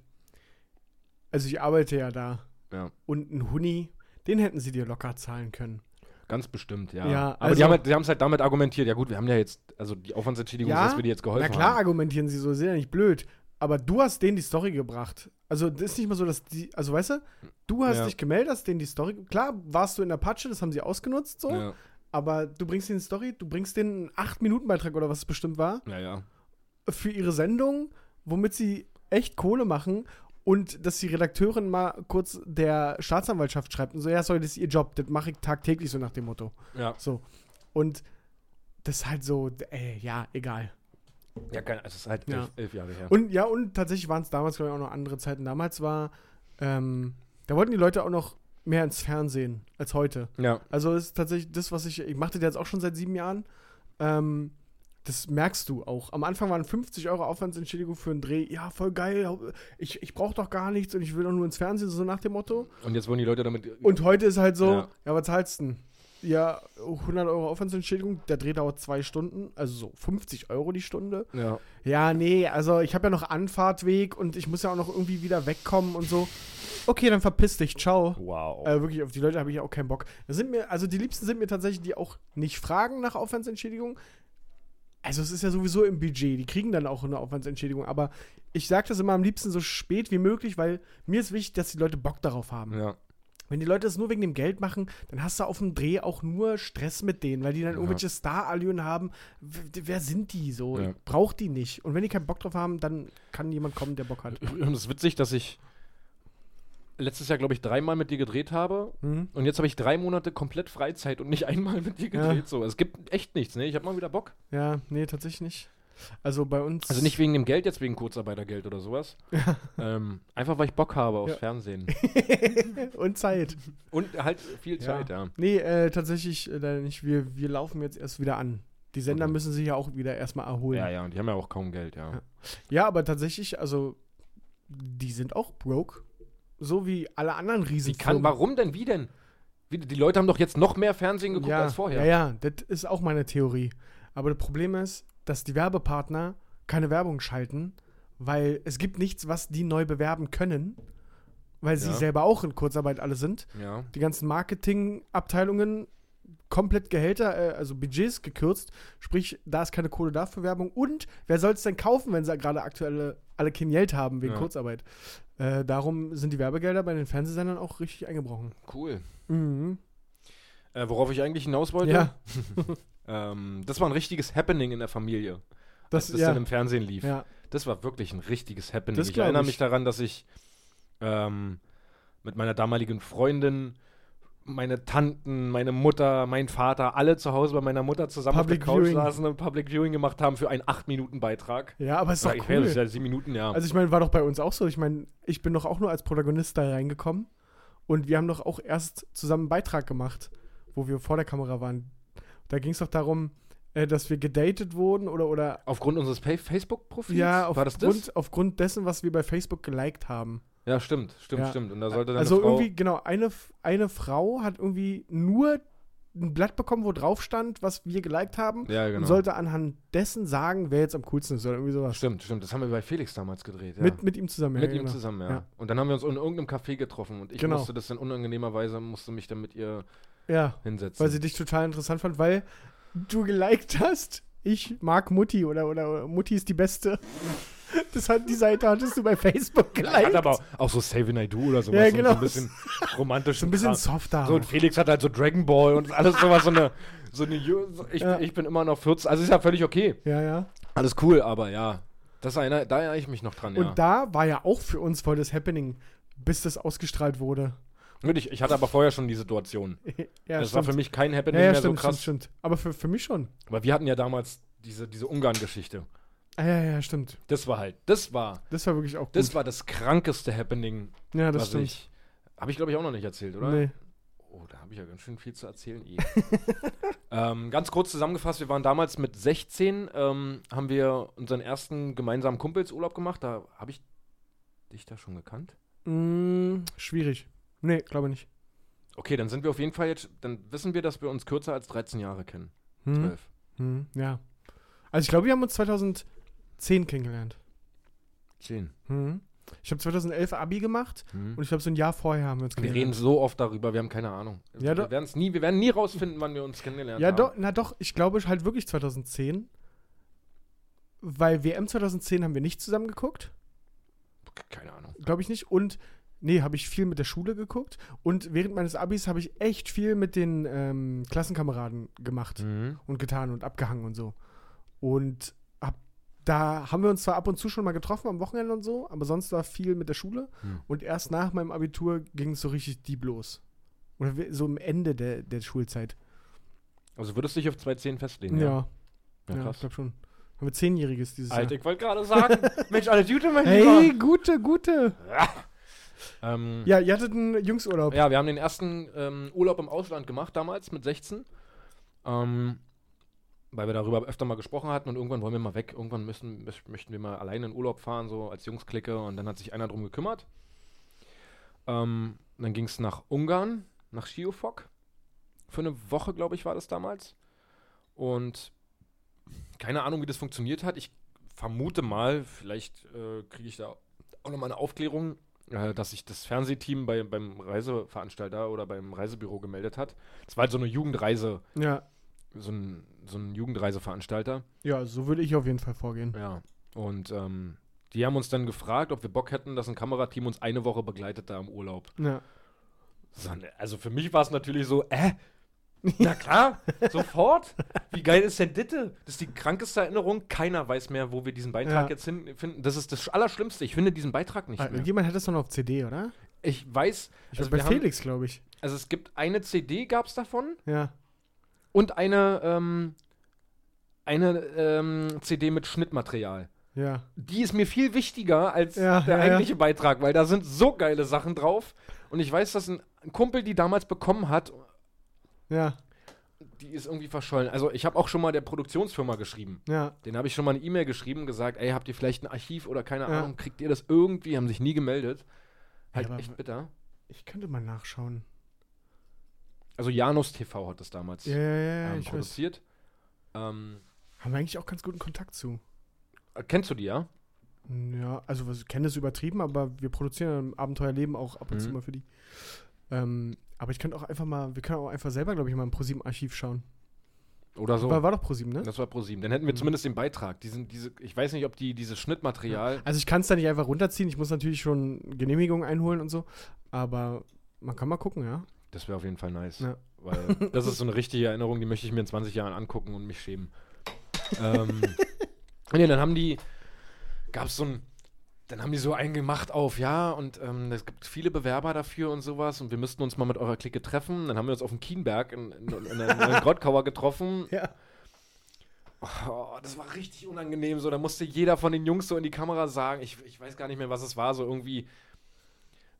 S4: Also, ich arbeite ja da.
S1: Ja.
S4: Und ein Huni, den hätten sie dir locker zahlen können.
S1: Ganz bestimmt, ja.
S4: Ja,
S1: aber
S4: also-
S1: die haben es halt, halt damit argumentiert, ja gut, wir haben ja jetzt, also die Aufwandsentschädigung,
S4: Ja,
S1: ist, dass wir dir jetzt geholfen
S4: Na klar,
S1: haben.
S4: argumentieren sie so, sind ja nicht blöd. Aber du hast denen die Story gebracht. Also, das ist nicht mal so, dass die. Also, weißt du, du hast
S1: Ja.
S4: dich gemeldet, hast denen die Story. Klar, warst du in der Patsche, das haben sie ausgenutzt, so.
S1: Ja,
S4: Aber du bringst denen die Story, du bringst denen einen 8-Minuten-Beitrag oder was es bestimmt war,
S1: ja, ja.
S4: für ihre Sendung, womit sie echt Kohle machen. Und dass die Redakteurin mal kurz der Staatsanwaltschaft schreibt und so, ja, sorry, das ist ihr Job, das mache ich tagtäglich so nach dem Motto.
S1: ja.
S4: So. Und das ist halt so, ey, ja, egal.
S1: Ja, keine, es ist halt
S4: Ja.
S1: elf, elf Jahre her.
S4: Und ja, und tatsächlich waren es damals, glaube ich, auch noch andere Zeiten. Damals war, ähm, da wollten die Leute auch noch mehr ins Fernsehen als heute.
S1: ja,
S4: Also das ist tatsächlich das, was ich, ich machte das jetzt auch schon seit sieben Jahren. Ähm, das merkst du auch. Am Anfang waren 50 Euro Aufwandsentschädigung für einen Dreh. Ja, voll geil. Ich, ich brauche doch gar nichts und ich will doch nur ins Fernsehen, so nach dem Motto.
S1: und jetzt wollen die Leute damit.
S4: Und heute ist halt so, ja,
S1: Ja.
S4: was zahlst du denn? Ja, 100 Euro Aufwandsentschädigung. Der Dreh dauert zwei Stunden, also so 50 Euro die Stunde.
S1: ja.
S4: Ja, nee, also ich habe ja noch Anfahrtweg und ich muss ja auch noch irgendwie wieder wegkommen und so. Okay, dann verpiss dich, ciao.
S1: Wow.
S4: Äh, wirklich, auf die Leute habe ich ja auch keinen Bock. Das sind mir, also die Liebsten sind mir tatsächlich, die auch nicht fragen nach Aufwandsentschädigung. Also es ist ja sowieso im Budget, die kriegen dann auch eine Aufwandsentschädigung, aber ich sage das immer am liebsten so spät wie möglich, weil mir ist wichtig, dass die Leute Bock darauf haben.
S1: ja.
S4: Wenn die Leute das nur wegen dem Geld machen, dann hast du auf dem Dreh auch nur Stress mit denen, weil die dann
S1: Ja.
S4: irgendwelche Star-Allüren haben. W wer sind die so?
S1: Ja.
S4: Ich brauch die nicht. Und wenn die keinen Bock drauf haben, dann kann jemand kommen, der Bock hat.
S1: Und es ist witzig, dass ich letztes Jahr, glaube ich, dreimal mit dir gedreht habe. Und jetzt habe ich drei Monate komplett Freizeit und nicht einmal mit dir gedreht.
S4: Ja.
S1: So, es gibt echt nichts, ne? Ich habe mal wieder Bock.
S4: Ja, nee, tatsächlich nicht. Also bei uns.
S1: Also nicht wegen dem Geld, jetzt wegen Kurzarbeitergeld oder sowas. Ähm, einfach weil ich Bock habe aufs
S4: Ja.
S1: Fernsehen.
S4: Und Zeit.
S1: Und halt viel Zeit, ja.
S4: Nee, äh, tatsächlich äh, leider nicht. Wir, wir laufen jetzt erst wieder an. Die Sender
S1: Okay.
S4: müssen sich ja auch wieder erstmal erholen.
S1: Ja, ja, und die haben ja auch kaum Geld, ja.
S4: Ja. Ja, aber tatsächlich, also die sind auch broke. So wie alle anderen
S1: Wie
S4: riesen
S1: kann, warum denn? Wie denn? Wie, die Leute haben doch jetzt noch mehr Fernsehen geguckt
S4: ja,
S1: als vorher.
S4: Ja, ja, das ist auch meine Theorie. Aber das Problem ist, dass die Werbepartner keine Werbung schalten, weil es gibt nichts, was die neu bewerben können, weil sie
S1: Ja.
S4: selber auch in Kurzarbeit alle sind.
S1: ja.
S4: Die ganzen Marketingabteilungen komplett Gehälter, äh, also Budgets gekürzt. Sprich, da ist keine Kohle da für Werbung. Und wer soll es denn kaufen, wenn sie gerade aktuell alle kein Geld haben wegen
S1: Ja.
S4: Kurzarbeit? Äh, darum sind die Werbegelder bei den Fernsehsendern auch richtig eingebrochen.
S1: Cool.
S4: Mhm.
S1: Äh, worauf ich eigentlich hinaus wollte?
S4: Ja,
S1: Ähm, das war ein richtiges Happening in der Familie,
S4: das,
S1: als das
S4: ja,
S1: dann im Fernsehen lief.
S4: ja.
S1: Das war wirklich ein richtiges Happening.
S4: Das
S1: ich
S4: glaub
S1: erinnere
S4: ich.
S1: mich daran, dass ich ähm, mit meiner damaligen Freundin, meine Tanten, meine Mutter, mein Vater, alle zu Hause bei meiner Mutter zusammen
S4: Public
S1: auf der Couch
S4: Viewing.
S1: saßen und Public Viewing gemacht haben für einen 8-Minuten-Beitrag.
S4: ja, aber ist doch
S1: Ja, ich weiß,
S4: cool.
S1: das ist ja sieben Minuten, ja.
S4: Also ich meine, war doch bei uns auch so. Ich meine, ich bin doch auch nur als Protagonist da reingekommen und wir haben doch auch erst zusammen einen Beitrag gemacht, wo wir vor der Kamera waren. Da ging es doch darum, äh, dass wir gedatet wurden oder oder
S1: Aufgrund unseres Fa- Facebook-Profils?
S4: ja
S1: war das
S4: aufgrund,
S1: das?
S4: aufgrund dessen, was wir bei Facebook geliked haben.
S1: Ja, stimmt, stimmt,
S4: Ja.
S1: stimmt. Und da sollte dann
S4: also
S1: eine Frau,
S4: irgendwie genau eine F- eine Frau hat irgendwie nur ein Blatt bekommen, wo drauf stand, was wir geliked haben
S1: ja, genau.
S4: und sollte anhand dessen sagen, wer jetzt am coolsten ist oder irgendwie sowas.
S1: stimmt, stimmt. Das haben wir bei Felix damals gedreht. Ja.
S4: Mit, mit ihm zusammen. ja,
S1: Mit ihm
S4: genau.
S1: zusammen, ja.
S4: Ja.
S1: Und dann haben wir uns in irgendeinem Café getroffen und ich
S4: Genau.
S1: musste das dann unangenehmerweise, musste mich dann mit ihr
S4: Ja.
S1: hinsetzen.
S4: Weil sie dich total interessant fand, weil du geliked hast. Ich mag Mutti oder, oder Mutti ist die Beste. Das hat, die Seite hattest du bei Facebook
S1: Ja,
S4: geliked.
S1: Hat aber auch so Save and I Do oder sowas.
S4: Ja,
S1: und
S4: genau.
S1: So ein bisschen romantisch.
S4: so ein bisschen
S1: Kram.
S4: softer.
S1: So, und Felix hat halt so Dragon Ball und alles sowas. So eine, so eine, Ju- so- ich,
S4: Ja.
S1: ich bin immer noch 14. Also ist ja völlig okay.
S4: ja, ja.
S1: Alles cool, aber ja. Das einer, da erinnere ich mich noch dran, ja.
S4: Und da war ja auch für uns voll das Happening, bis das ausgestrahlt wurde.
S1: Und ich, ich hatte aber vorher schon die Situation.
S4: ja,
S1: das war für mich kein Happening
S4: ja, ja,
S1: mehr
S4: stimmt,
S1: so krass.
S4: stimmt, stimmt. Aber für, für mich schon.
S1: Weil wir hatten ja damals diese, diese Ungarn-Geschichte.
S4: Ah, ja, ja, stimmt.
S1: Das war halt, das war,
S4: Das war wirklich auch gut.
S1: das war das krankeste Happening,
S4: ja, das
S1: was
S4: stimmt.
S1: ich. Habe ich, glaube ich, auch noch nicht erzählt, oder?
S4: Nee.
S1: Oh, da habe ich ja ganz schön viel zu erzählen. Eh. ähm, ganz kurz zusammengefasst, wir waren damals mit 16, ähm, haben wir unseren ersten gemeinsamen Kumpelsurlaub gemacht. Da habe ich dich da schon gekannt.
S4: Mm, schwierig. Nee, glaube nicht.
S1: Okay, dann sind wir auf jeden Fall jetzt, dann wissen wir, dass wir uns kürzer als 13 Jahre kennen.
S4: Hm?
S1: 12.
S4: Hm, ja. Also ich glaube, wir haben uns 2010 kennengelernt.
S1: 10.
S4: Hm. Ich habe 2011 Abi gemacht
S1: Mhm.
S4: und ich glaube, so ein Jahr vorher haben wir uns
S1: Wir reden so oft darüber, wir haben keine Ahnung. Also
S4: Ja,
S1: wir
S4: doch.
S1: werden es nie, wir werden nie rausfinden, wann wir uns kennengelernt
S4: Ja,
S1: haben.
S4: doch, na doch, ich glaube halt wirklich 2010. Weil WM 2010 haben wir nicht zusammen geguckt,
S1: Keine Ahnung.
S4: glaube ich nicht. Und nee, habe ich viel mit der Schule geguckt. Und während meines Abis habe ich echt viel mit den ähm, Klassenkameraden gemacht und getan und abgehangen und so. Und ab, da haben wir uns zwar ab und zu schon mal getroffen am Wochenende und so, aber sonst war viel mit der Schule.
S1: Hm.
S4: Und erst nach meinem Abitur ging es so richtig deep los. Oder wir- so am Ende der, der Schulzeit.
S1: Also würdest du dich auf 2.10 festlegen?
S4: Ja, ja,
S1: ja
S4: ich
S1: krass.
S4: glaube schon. Haben wir Zehnjähriges dieses
S1: Alter,
S4: Jahr.
S1: ich wollte gerade sagen. Mensch, alle Jute, mein
S4: Hey, gute, gute.
S1: Lieber. Ähm,
S4: Ja, ihr hattet einen Jungsurlaub.
S1: Ja, wir haben den ersten ähm, Urlaub im Ausland gemacht damals mit 16. Ähm, weil wir darüber öfter mal gesprochen hatten und irgendwann wollen wir mal weg. Irgendwann müssen, möcht- möchten wir mal alleine in Urlaub fahren, so als Jungsklicke. Und dann hat sich einer drum gekümmert. Ähm, dann ging es nach Ungarn, nach Schiofok. Für eine Woche, glaube ich, war das damals. Und keine Ahnung, wie das funktioniert hat. Ich vermute mal, vielleicht äh, kriege ich da auch nochmal eine Aufklärung, äh, dass sich das Fernsehteam bei, beim Reiseveranstalter oder beim Reisebüro gemeldet hat. Das war halt so eine Jugendreise,
S4: Ja,
S1: so ein, so ein Jugendreiseveranstalter.
S4: ja so würde ich auf jeden Fall vorgehen.
S1: Ja. Und ähm, die haben uns dann gefragt, ob wir Bock hätten, dass ein Kamerateam uns eine Woche begleitet da im Urlaub.
S4: Ja.
S1: So, ne, Also für mich war es natürlich so, äh, na klar, sofort. Wie geil ist denn Ditte? Das ist die krankeste Erinnerung. Keiner weiß mehr, wo wir diesen Beitrag
S4: Ja.
S1: jetzt hin- finden. Das ist das Allerschlimmste. Ich finde diesen Beitrag nicht
S4: Ah,
S1: mehr.
S4: Jemand hat das doch noch auf CD, oder?
S1: Ich weiß, also,
S4: Ich also bei
S1: wir haben,
S4: Felix, glaube ich.
S1: also es gibt eine CD gab es davon
S4: Ja.
S1: und eine, ähm, eine ähm, CD mit Schnittmaterial.
S4: Ja.
S1: Die ist mir viel wichtiger als
S4: Ja,
S1: der
S4: ja, ja.
S1: eigentliche Beitrag, weil da sind so geile Sachen drauf. Und ich weiß, dass ein Kumpel die damals bekommen hat,
S4: Ja.
S1: die ist irgendwie verschollen. Also ich habe auch schon mal der Produktionsfirma geschrieben.
S4: Ja.
S1: Den habe ich schon mal eine E-Mail geschrieben, gesagt, ey, habt ihr vielleicht ein Archiv oder keine
S4: Ja.
S1: Ahnung, kriegt ihr das irgendwie? Haben sich nie gemeldet. Halt
S4: Ja, aber-
S1: echt bitter.
S4: Ich könnte mal nachschauen.
S1: Also Janus TV hat das damals
S4: Ja, ja, ja,
S1: ähm,
S4: ich weiß.
S1: produziert. Ähm,
S4: Haben wir eigentlich auch ganz guten Kontakt zu.
S1: kennst du die, ja?
S4: Ja, also was kennen ist übertrieben, aber wir produzieren im Abenteuerleben auch ab und zu
S1: Mhm.
S4: mal für die. Ähm, Aber ich könnte auch einfach mal, wir können auch einfach selber, glaube ich, mal im ProSieben-Archiv schauen.
S1: Oder so.
S4: War, war doch ProSieben, ne?
S1: Das war ProSieben. Dann hätten wir
S4: Mhm.
S1: zumindest den Beitrag. Diesen, diese, ich weiß nicht, ob die dieses Schnittmaterial.
S4: Also ich kann es da nicht einfach runterziehen. Ich muss natürlich schon Genehmigung einholen und so. Aber man kann mal gucken, ja.
S1: Das wäre auf jeden Fall nice.
S4: Ja.
S1: Weil das ist so eine richtige Erinnerung, die möchte ich mir in 20 Jahren angucken und mich schämen. ähm, nee, dann haben die, gab es so ein, dann haben die so einen gemacht auf, ja, und ähm, es gibt viele Bewerber dafür und sowas und wir müssten uns mal mit eurer Clique treffen. Dann haben wir uns auf dem Kienberg in, in, in, in, in Grottkauer getroffen
S4: Ja.
S1: Oh, das war richtig unangenehm. So, da musste jeder von den Jungs so in die Kamera sagen. Ich, ich weiß gar nicht mehr, was es war. So irgendwie.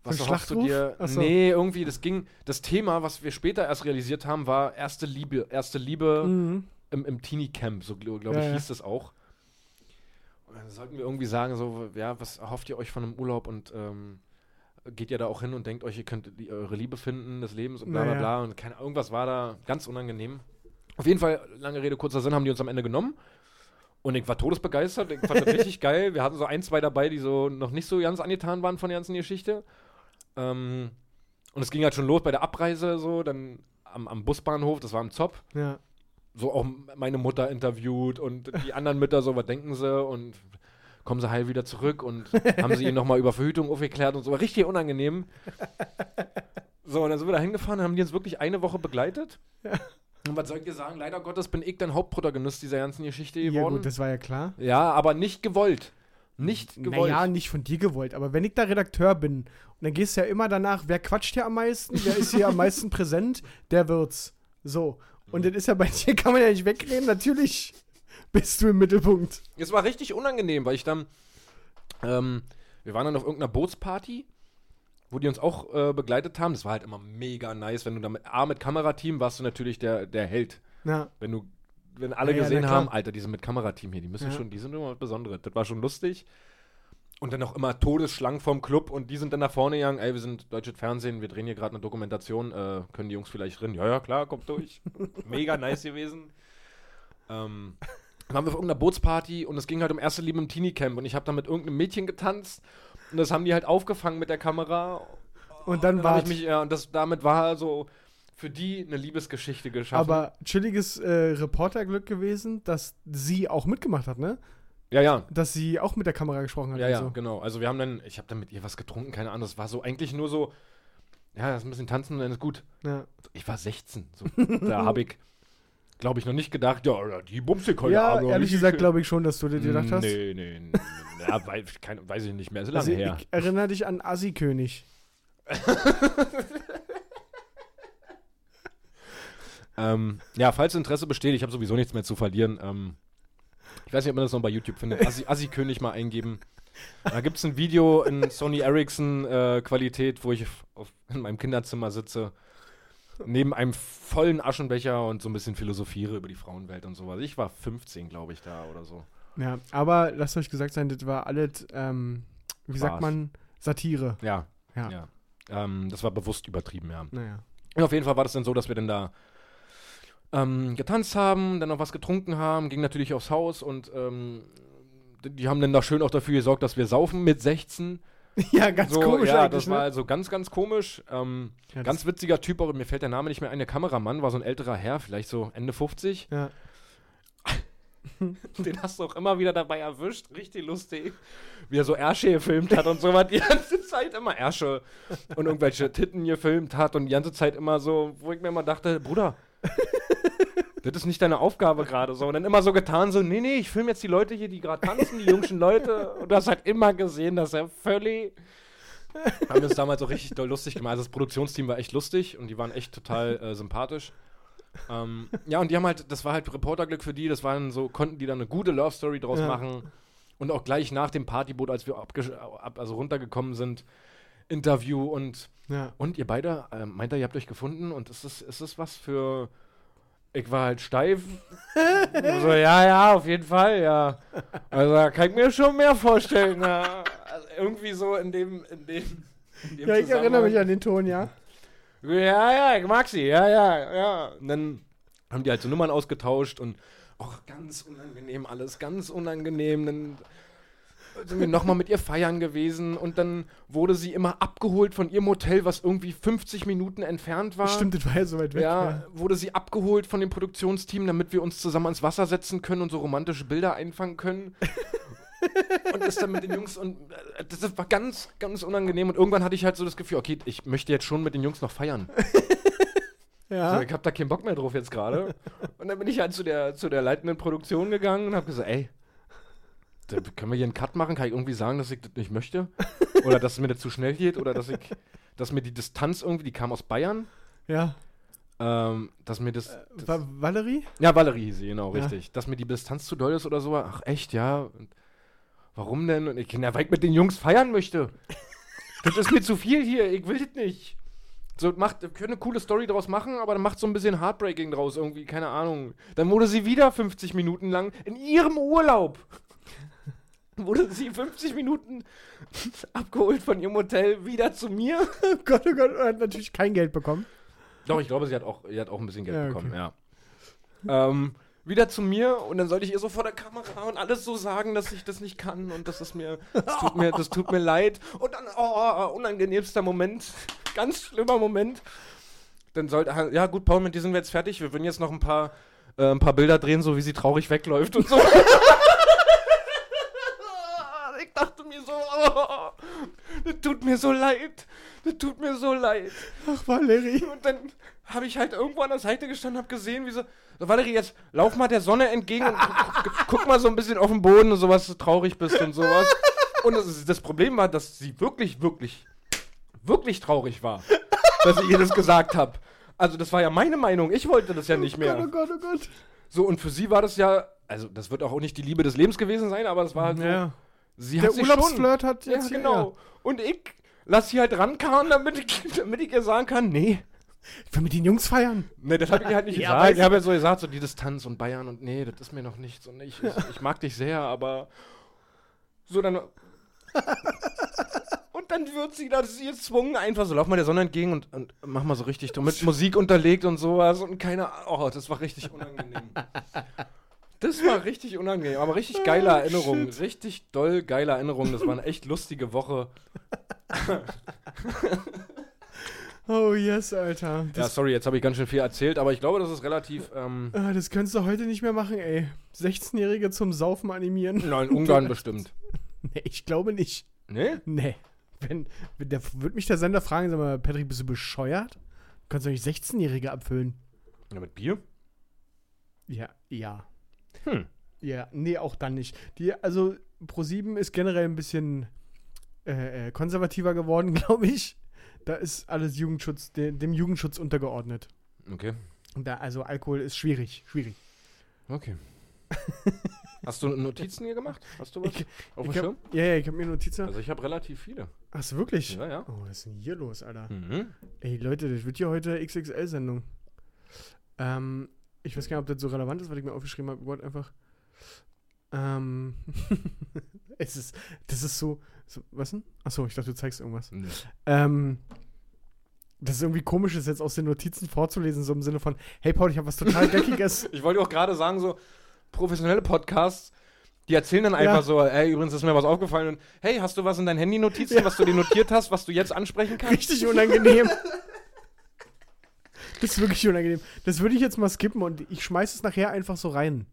S1: Was
S4: So ein
S1: erhoffst du
S4: Schlachtruf?
S1: dir?
S4: Ach so.
S1: Nee, irgendwie, das ging. Das Thema, was wir später erst realisiert haben, war erste Liebe. Erste Liebe
S4: Mhm.
S1: im, im Teenie-Camp, so glaube ich,
S4: Ja, ja.
S1: hieß das auch. Und dann sollten wir irgendwie sagen, so, ja, was erhofft ihr euch von einem Urlaub und ähm, geht ihr da auch hin und denkt euch, ihr könnt die, eure Liebe finden des Lebens und bla bla
S4: Naja.
S1: bla. Und keine, irgendwas war da ganz unangenehm. Auf jeden Fall, lange Rede, kurzer Sinn, haben die uns am Ende genommen. Und ich war todesbegeistert, ich fand das richtig geil. Wir hatten so ein, zwei dabei, die so noch nicht so ganz angetan waren von der ganzen Geschichte. Ähm, und es ging halt schon los bei der Abreise, so, dann am, am Busbahnhof, das war am Zopf
S4: Ja.
S1: so auch m- meine Mutter interviewt und die anderen Mütter so, was denken sie und kommen sie heil wieder zurück und haben sie ihn nochmal über Verhütung aufgeklärt und so, war richtig unangenehm. So, und dann sind wir da hingefahren, haben die uns wirklich eine Woche begleitet. Und was soll ich dir sagen? Leider Gottes bin ich dann Hauptprotagonist dieser ganzen Geschichte
S4: Ja,
S1: geworden.
S4: gut, das war ja klar.
S1: ja, aber nicht gewollt. Nicht gewollt.
S4: Naja, nicht von dir gewollt, aber wenn ich da Redakteur bin, und dann gehst du ja immer danach, wer quatscht hier am meisten, wer ist hier am meisten präsent, der wird's. So. Und das ist ja bei dir, kann man ja nicht wegreden, natürlich bist du im Mittelpunkt.
S1: Es war richtig unangenehm, weil ich dann, ähm, wir waren dann auf irgendeiner Bootsparty, wo die uns auch äh, begleitet haben. Das war halt immer mega nice, wenn du da mit, A, mit Kamerateam warst du natürlich der, der Held.
S4: Ja.
S1: Wenn du, wenn alle
S4: Ja, ja,
S1: gesehen
S4: na klar.
S1: haben, Alter, die sind mit Kamerateam hier, die müssen
S4: Ja.
S1: schon, die sind immer was Besonderes. Das war schon lustig. Und dann auch immer Todesschlangen vom Club und die sind dann nach vorne gegangen, ey, wir sind deutsches Fernsehen, wir drehen hier gerade eine Dokumentation, äh, können die Jungs vielleicht drin? Ja, ja, klar, kommt durch. Mega nice gewesen. Ähm, dann waren wir auf irgendeiner Bootsparty und es ging halt um erste Liebe im Teenie-Camp und ich habe da mit irgendeinem Mädchen getanzt und das haben die halt aufgefangen mit der Kamera.
S4: Und dann,
S1: Dann
S4: war
S1: hab ich mich, ja, und das, damit war also für die eine Liebesgeschichte geschaffen.
S4: aber chilliges äh, Reporterglück gewesen, dass sie auch mitgemacht hat, ne?
S1: ja, ja,
S4: Dass sie auch mit der Kamera gesprochen hat.
S1: Ja,
S4: und
S1: ja,
S4: so.
S1: genau. Also wir haben dann, ich habe dann mit ihr was getrunken, keine Ahnung. Das war so eigentlich nur so, ja, das ist ein bisschen tanzen, dann ist gut.
S4: ja.
S1: Ich war 16. So, da habe ich, glaube ich, noch nicht gedacht, ja, oder die bumst ich heute
S4: Ja,
S1: Abend noch
S4: ehrlich
S1: richtig
S4: gesagt
S1: schön. Mm,
S4: glaube ich schon, dass du dir gedacht hast.
S1: Nee, nee, nee. ja, weil, kein, weiß ich nicht mehr, ist lange
S4: Also,
S1: her.
S4: ich erinnere dich an Assi-König.
S1: Ähm, ja, falls Interesse besteht, ich habe sowieso nichts mehr zu verlieren. Ähm, ich weiß nicht, ob man das noch bei YouTube findet. Assi, Assi König mal eingeben. Da gibt es ein Video in Sony Ericsson-Qualität, wo ich auf, auf, in meinem Kinderzimmer sitze, neben einem vollen Aschenbecher und so ein bisschen philosophiere über die Frauenwelt und sowas. Ich war 15, glaube ich, da oder so.
S4: Ja, aber lasst euch gesagt sein, das war alles, ähm, wie sagt
S1: Spaß.
S4: man, Satire.
S1: Ja,
S4: Ja.
S1: ja. Ähm, das war bewusst übertrieben, ja.
S4: Naja.
S1: Und auf jeden Fall war das dann so, dass wir dann da ähm, getanzt haben, dann noch was getrunken haben, ging natürlich aufs Haus und ähm, die- die haben dann da schön auch dafür gesorgt, dass wir saufen mit 16.
S4: Ja, ganz
S1: so,
S4: komisch
S1: ja,
S4: eigentlich. ne?
S1: das war also ganz, ganz komisch. Ähm,
S4: ja,
S1: ganz witziger Typ, aber mir fällt der Name nicht mehr ein. Der Kameramann war so ein älterer Herr, vielleicht so Ende 50.
S4: Ja.
S1: Den hast du auch immer wieder dabei erwischt. Richtig lustig. Wie er so Ärsche gefilmt hat und so was. Die ganze Zeit immer Ärsche und irgendwelche Titten gefilmt hat und die ganze Zeit immer so, wo ich mir immer dachte, Bruder, das ist nicht deine Aufgabe gerade so. Und dann immer so getan, so, nee, nee, ich filme jetzt die Leute hier, die gerade tanzen, die jungen Leute. Und du hast halt immer gesehen, dass er völlig. Haben wir uns damals auch richtig doll lustig gemacht. Also das Produktionsteam war echt lustig und die waren echt total äh, sympathisch. Ähm, ja, und die haben halt, das war halt Reporterglück für die, das waren so, konnten die dann eine gute Love Story draus
S4: Ja.
S1: machen. Und auch gleich nach dem Partyboot, als wir abgesch- ab, also runtergekommen sind, Interview und
S4: Ja.
S1: und ihr beide, ähm, meint ihr, ihr habt euch gefunden und ist das, ist das was für. Ich war halt steif. so, ja, ja, auf jeden Fall, ja. Also da kann ich mir schon mehr vorstellen. Ja. Also, irgendwie so in dem, in dem. In dem
S4: ja, ich erinnere mich
S1: Zusammenhang.
S4: an den Ton, ja.
S1: Ja, ja, ich mag sie, ja, ja, ja. Und dann haben die halt so Nummern ausgetauscht und auch ganz unangenehm alles, ganz unangenehm. Dann sind wir nochmal mit ihr feiern gewesen und dann wurde sie immer abgeholt von ihrem Hotel, was irgendwie 50 Minuten entfernt war.
S4: Stimmt, das war ja so weit weg.
S1: Ja, wurde sie abgeholt von dem Produktionsteam, damit wir uns zusammen ans Wasser setzen können und so romantische Bilder einfangen können. und ist dann mit den Jungs und äh, das war ganz, ganz unangenehm. Und irgendwann hatte ich halt so das Gefühl, okay, ich möchte jetzt schon mit den Jungs noch feiern. So,
S4: Ja.
S1: ich hab da keinen Bock mehr drauf jetzt gerade. Und dann bin ich halt zu der, zu der leitenden Produktion gegangen und hab gesagt, ey, da können wir hier einen Cut machen? Kann ich irgendwie sagen, dass ich das nicht möchte? Oder dass es mir das zu schnell geht? Oder dass ich, dass mir die Distanz irgendwie, die kam aus Bayern,
S4: ja.
S1: ähm, dass mir das, das
S4: War Valerie?
S1: ja, Valerie hieß sie, genau,
S4: Ja.
S1: richtig. Dass mir die Distanz zu doll ist oder so. Ach, echt, ja. Und warum denn? Und ich, na, weil ich mit den Jungs feiern möchte. das ist mir zu viel hier. Ich will das nicht. So, macht, wir können eine coole Story draus machen, aber dann macht so ein bisschen Heartbreaking draus irgendwie, keine Ahnung. Dann wurde sie wieder 50 Minuten lang in ihrem Urlaub. wurde sie 50 Minuten abgeholt von ihrem Hotel wieder zu mir.
S4: Oh Gott, oh Gott, und hat natürlich kein Geld bekommen.
S1: Doch, ich glaube, sie hat auch, sie hat auch ein bisschen Geld
S4: Ja, okay.
S1: bekommen, ja. ähm, wieder zu mir und dann sollte ich ihr so vor der Kamera und alles so sagen, dass ich das nicht kann und dass es mir, das tut mir, das tut mir leid. Und dann, oh, unangenehmster Moment, ganz schlimmer Moment. Dann sollte, ja gut, Paul, mit dir sind wir jetzt fertig. Wir würden jetzt noch ein paar, äh, ein paar Bilder drehen, so wie sie traurig wegläuft und so. ich dachte mir so, oh, das tut mir so leid, das tut mir so leid.
S4: Ach, Valerie.
S1: Und dann habe ich halt irgendwo an der Seite gestanden, habe gesehen, wie so, so, Valerie, jetzt lauf mal der Sonne entgegen und gu- gu- guck mal so ein bisschen auf den Boden und sowas, dass du traurig bist und sowas. Und das, ist- das Problem war, dass sie wirklich, wirklich, wirklich traurig war, dass ich ihr das gesagt habe. Also das war ja meine Meinung, ich wollte das ja nicht
S4: Oh
S1: mehr.
S4: Gott, oh Gott.
S1: So, und für sie war das ja, also das wird auch nicht die Liebe des Lebens gewesen sein, aber das war halt so,
S4: Ja.
S1: sie
S4: Der
S1: hat sich schon...
S4: Urlaubsflirt hat
S1: Ja,
S4: jetzt
S1: genau. Und ich lass sie halt rankarren, damit ich, damit ich ihr sagen kann, nee,
S4: Hier, ja. Ich will mit den Jungs feiern.
S1: Ne, das habe ich halt nicht
S4: Ja,
S1: gesagt.
S4: weiß
S1: Ich habe ja so gesagt, so die Distanz und Bayern und nee, das ist mir noch nichts und ich, ich, ich mag dich sehr, aber so dann. Und dann wird sie da sie gezwungen, einfach so, lauf mal der Sonne entgegen und, und mach mal so richtig dumm, mit Musik unterlegt und sowas und keine Ahnung. Oh, das war richtig unangenehm. Das war richtig unangenehm, aber richtig geile
S4: Ah,
S1: Erinnerungen. Richtig doll geile Erinnerungen. Das war eine echt lustige Woche.
S4: Oh yes, Alter.
S1: Ja,
S4: Das,
S1: sorry, jetzt habe ich ganz schön viel erzählt, aber ich glaube, das ist relativ. Ähm,
S4: ah, das könntest du heute nicht mehr machen, ey. 16-Jährige zum Saufen animieren.
S1: na, in Ungarn bestimmt.
S4: Nee, ich glaube nicht.
S1: Ne?
S4: Nee. Wenn, wenn der, wird mich der Sender fragen, sag mal, Patrick, bist du bescheuert? Du kannst doch nicht 16-Jährige abfüllen.
S1: Ja, mit Bier?
S4: Ja, ja.
S1: Hm.
S4: Ja, nee, auch dann nicht. Die, also Pro7 ist generell ein bisschen äh, äh, konservativer geworden, glaube ich. Da ist alles Jugendschutz, de, dem Jugendschutz untergeordnet.
S1: Okay.
S4: Und da, also Alkohol ist schwierig, schwierig.
S1: Okay. Hast du Notizen hier gemacht? Hast du was?
S4: Ich-
S1: Auf dem
S4: Ich
S1: Schirm?
S4: hab, ja, ja, ich habe mir Notizen.
S1: Also ich habe relativ viele.
S4: Ach, so, wirklich?
S1: Ja, ja.
S4: Oh, was ist denn hier los, Alter?
S1: Mhm.
S4: Ey, Leute, das wird hier heute XXL-Sendung. Ähm, ich weiß gar nicht, ob das so relevant ist, was ich mir aufgeschrieben habe. Ich wollte einfach. Ähm, es ist, das ist so, so was denn? Achso, ich dachte, du zeigst irgendwas. Ähm, das ist irgendwie komisch, das jetzt aus den Notizen vorzulesen, so im Sinne von, hey Paul, ich habe was total Geckiges.
S1: Ich wollte auch gerade sagen, so professionelle Podcasts, die erzählen dann einfach
S4: Ja.
S1: so, ey, übrigens ist mir was aufgefallen und hey, hast du was in deinen Handy-Notizen, was du dir notiert hast, was du jetzt ansprechen kannst?
S4: Richtig unangenehm. Das ist wirklich unangenehm. Das würde ich jetzt mal skippen und ich schmeiß es nachher einfach so rein.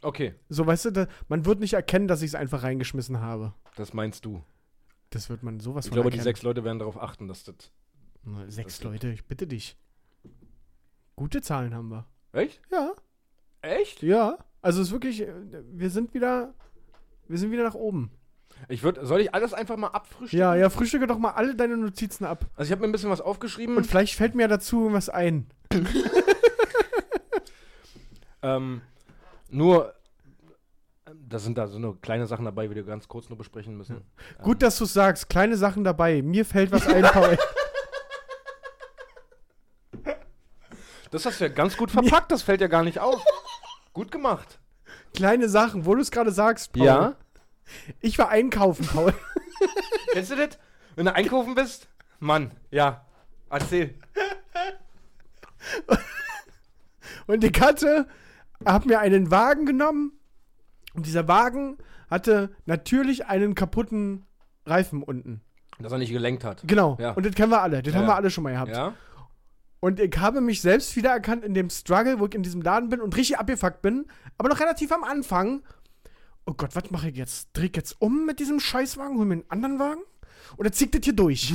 S1: Okay,
S4: So, weißt du, da, man wird nicht erkennen, dass ich es einfach reingeschmissen habe.
S1: das meinst du.
S4: Das wird man sowas
S1: Ich glaube, die
S4: erkennen.
S1: sechs Leute werden darauf achten, dass das.
S4: Na, sechs
S1: das-
S4: Leute, ich bitte dich. Gute Zahlen haben wir.
S1: Echt?
S4: Ja,
S1: Echt?
S4: ja. Also es ist wirklich, äh, wir sind wieder, wir sind wieder nach oben.
S1: Ich würde, soll ich alles einfach mal abfrühstücken?
S4: Ja, ja, frühstücke doch mal alle deine Notizen ab.
S1: Also ich habe mir ein bisschen was aufgeschrieben.
S4: Und vielleicht fällt mir ja dazu was ein.
S1: Ähm, nur, ähm, da sind da so nur kleine Sachen dabei, die wir ganz kurz nur besprechen müssen.
S4: Gut, dass du sagst. Kleine Sachen dabei. Mir fällt was ein, Paul.
S1: Das hast du ja ganz gut verpackt, das fällt ja gar nicht auf. Gut gemacht.
S4: Kleine Sachen, wo du es gerade sagst, Paul. Ich war einkaufen, Paul.
S1: Kennst du das? Wenn du einkaufen bist? Mann, ja. Erzähl.
S4: Und die Katze hat mir einen Wagen genommen Und dieser Wagen hatte natürlich einen kaputten Reifen unten.
S1: Dass er nicht gelenkt hat.
S4: Genau.
S1: Ja.
S4: Und das kennen wir alle. Das
S1: Ja,
S4: haben wir
S1: ja.
S4: alle schon mal gehabt.
S1: Ja?
S4: Und ich habe mich selbst wiedererkannt in dem Struggle, wo ich in diesem Laden bin und richtig abgefuckt bin, aber noch relativ am Anfang. Oh Gott, was mache ich jetzt? Dreh ich jetzt um mit diesem Scheißwagen, hol mir einen anderen Wagen? Oder zieht das hier durch?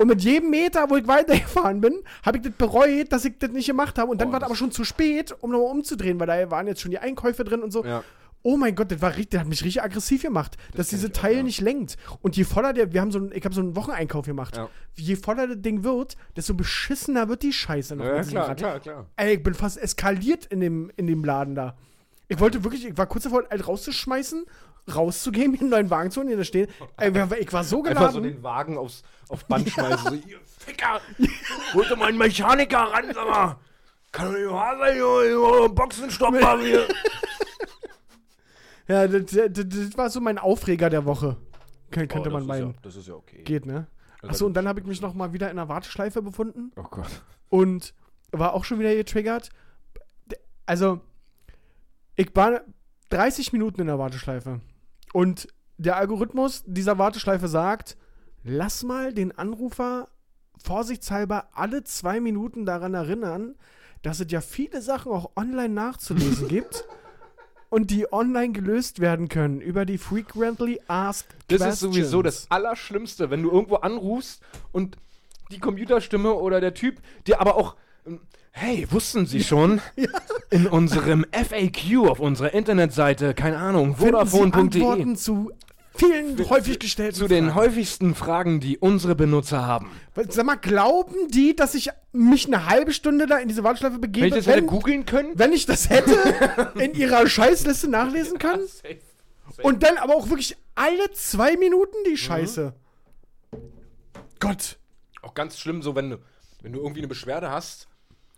S4: und mit jedem Meter, wo ich weitergefahren bin, habe ich das bereut, dass ich das nicht gemacht habe. Und dann
S1: Boah,
S4: war das
S1: das-
S4: aber schon zu spät, um nochmal umzudrehen, weil da waren jetzt schon die Einkäufe drin und so.
S1: Ja.
S4: Oh mein Gott, das, war richtig, das hat mich richtig aggressiv gemacht, dass
S1: kenn
S4: diese
S1: ich auch,
S4: Teil
S1: ja.
S4: nicht lenkt. Und je voller der, wir haben so, ein- ich habe so einen Wocheneinkauf gemacht.
S1: Ja.
S4: Je voller das Ding wird, desto beschissener wird die Scheiße noch.
S1: Ja,
S4: mit diesem
S1: klar,
S4: Rad.
S1: klar, klar.
S4: Ey, ich bin fast eskaliert in dem, in dem Laden da. Ich wollte wirklich, ich war kurz davor, alt rauszuschmeißen, rauszugehen, mir einen neuen Wagen zu holen, den da stehen. Ey, ich war so geladen.
S1: Einfach so den Wagen aufs, aufs Band schmeißen. So, ihr Ficker! Holt doch mal einen Mechaniker ran, sag mal! Kann doch nicht wahr sein, Junge, ich wollte einen Boxenstopp haben hier!
S4: ja, das, das, das war so mein Aufreger der Woche. Kön könnte man meinen.
S1: das ist ja Also okay.
S4: Geht, ne? Achso, und dann habe ich mich noch mal wieder in einer Warteschleife befunden.
S1: Oh Gott.
S4: und war auch schon wieder getriggert. D- Also, ich war 30 Minuten in der Warteschleife. Und der Algorithmus dieser Warteschleife sagt, lass mal den Anrufer vorsichtshalber alle zwei Minuten daran erinnern, dass es ja viele Sachen auch online nachzulesen gibt und die online gelöst werden können über die Frequently Asked
S1: Das
S4: Questions.
S1: ist sowieso das Allerschlimmste, wenn du irgendwo anrufst und die Computerstimme oder der Typ dir aber auch. ähm, Hey, wussten Sie schon? In unserem FAQ auf unserer Internetseite, keine Ahnung,
S4: Finden Sie
S1: vodafone.de
S4: Antworten zu vielen häufig gestellten
S1: E. zu den
S4: Fragen.
S1: häufigsten Fragen, die unsere Benutzer haben.
S4: Weil, Sag mal, glauben die, dass ich mich eine halbe Stunde da in diese Warteschleife
S1: Wenn
S4: begebe,
S1: ich das hätte
S4: wenn,
S1: googeln können?
S4: wenn ich das hätte, in ihrer Scheißliste nachlesen kann? Und dann aber auch wirklich alle zwei Minuten
S1: Mhm.
S4: die Scheiße. Gott.
S1: Auch ganz schlimm, so wenn du, wenn du irgendwie eine Beschwerde hast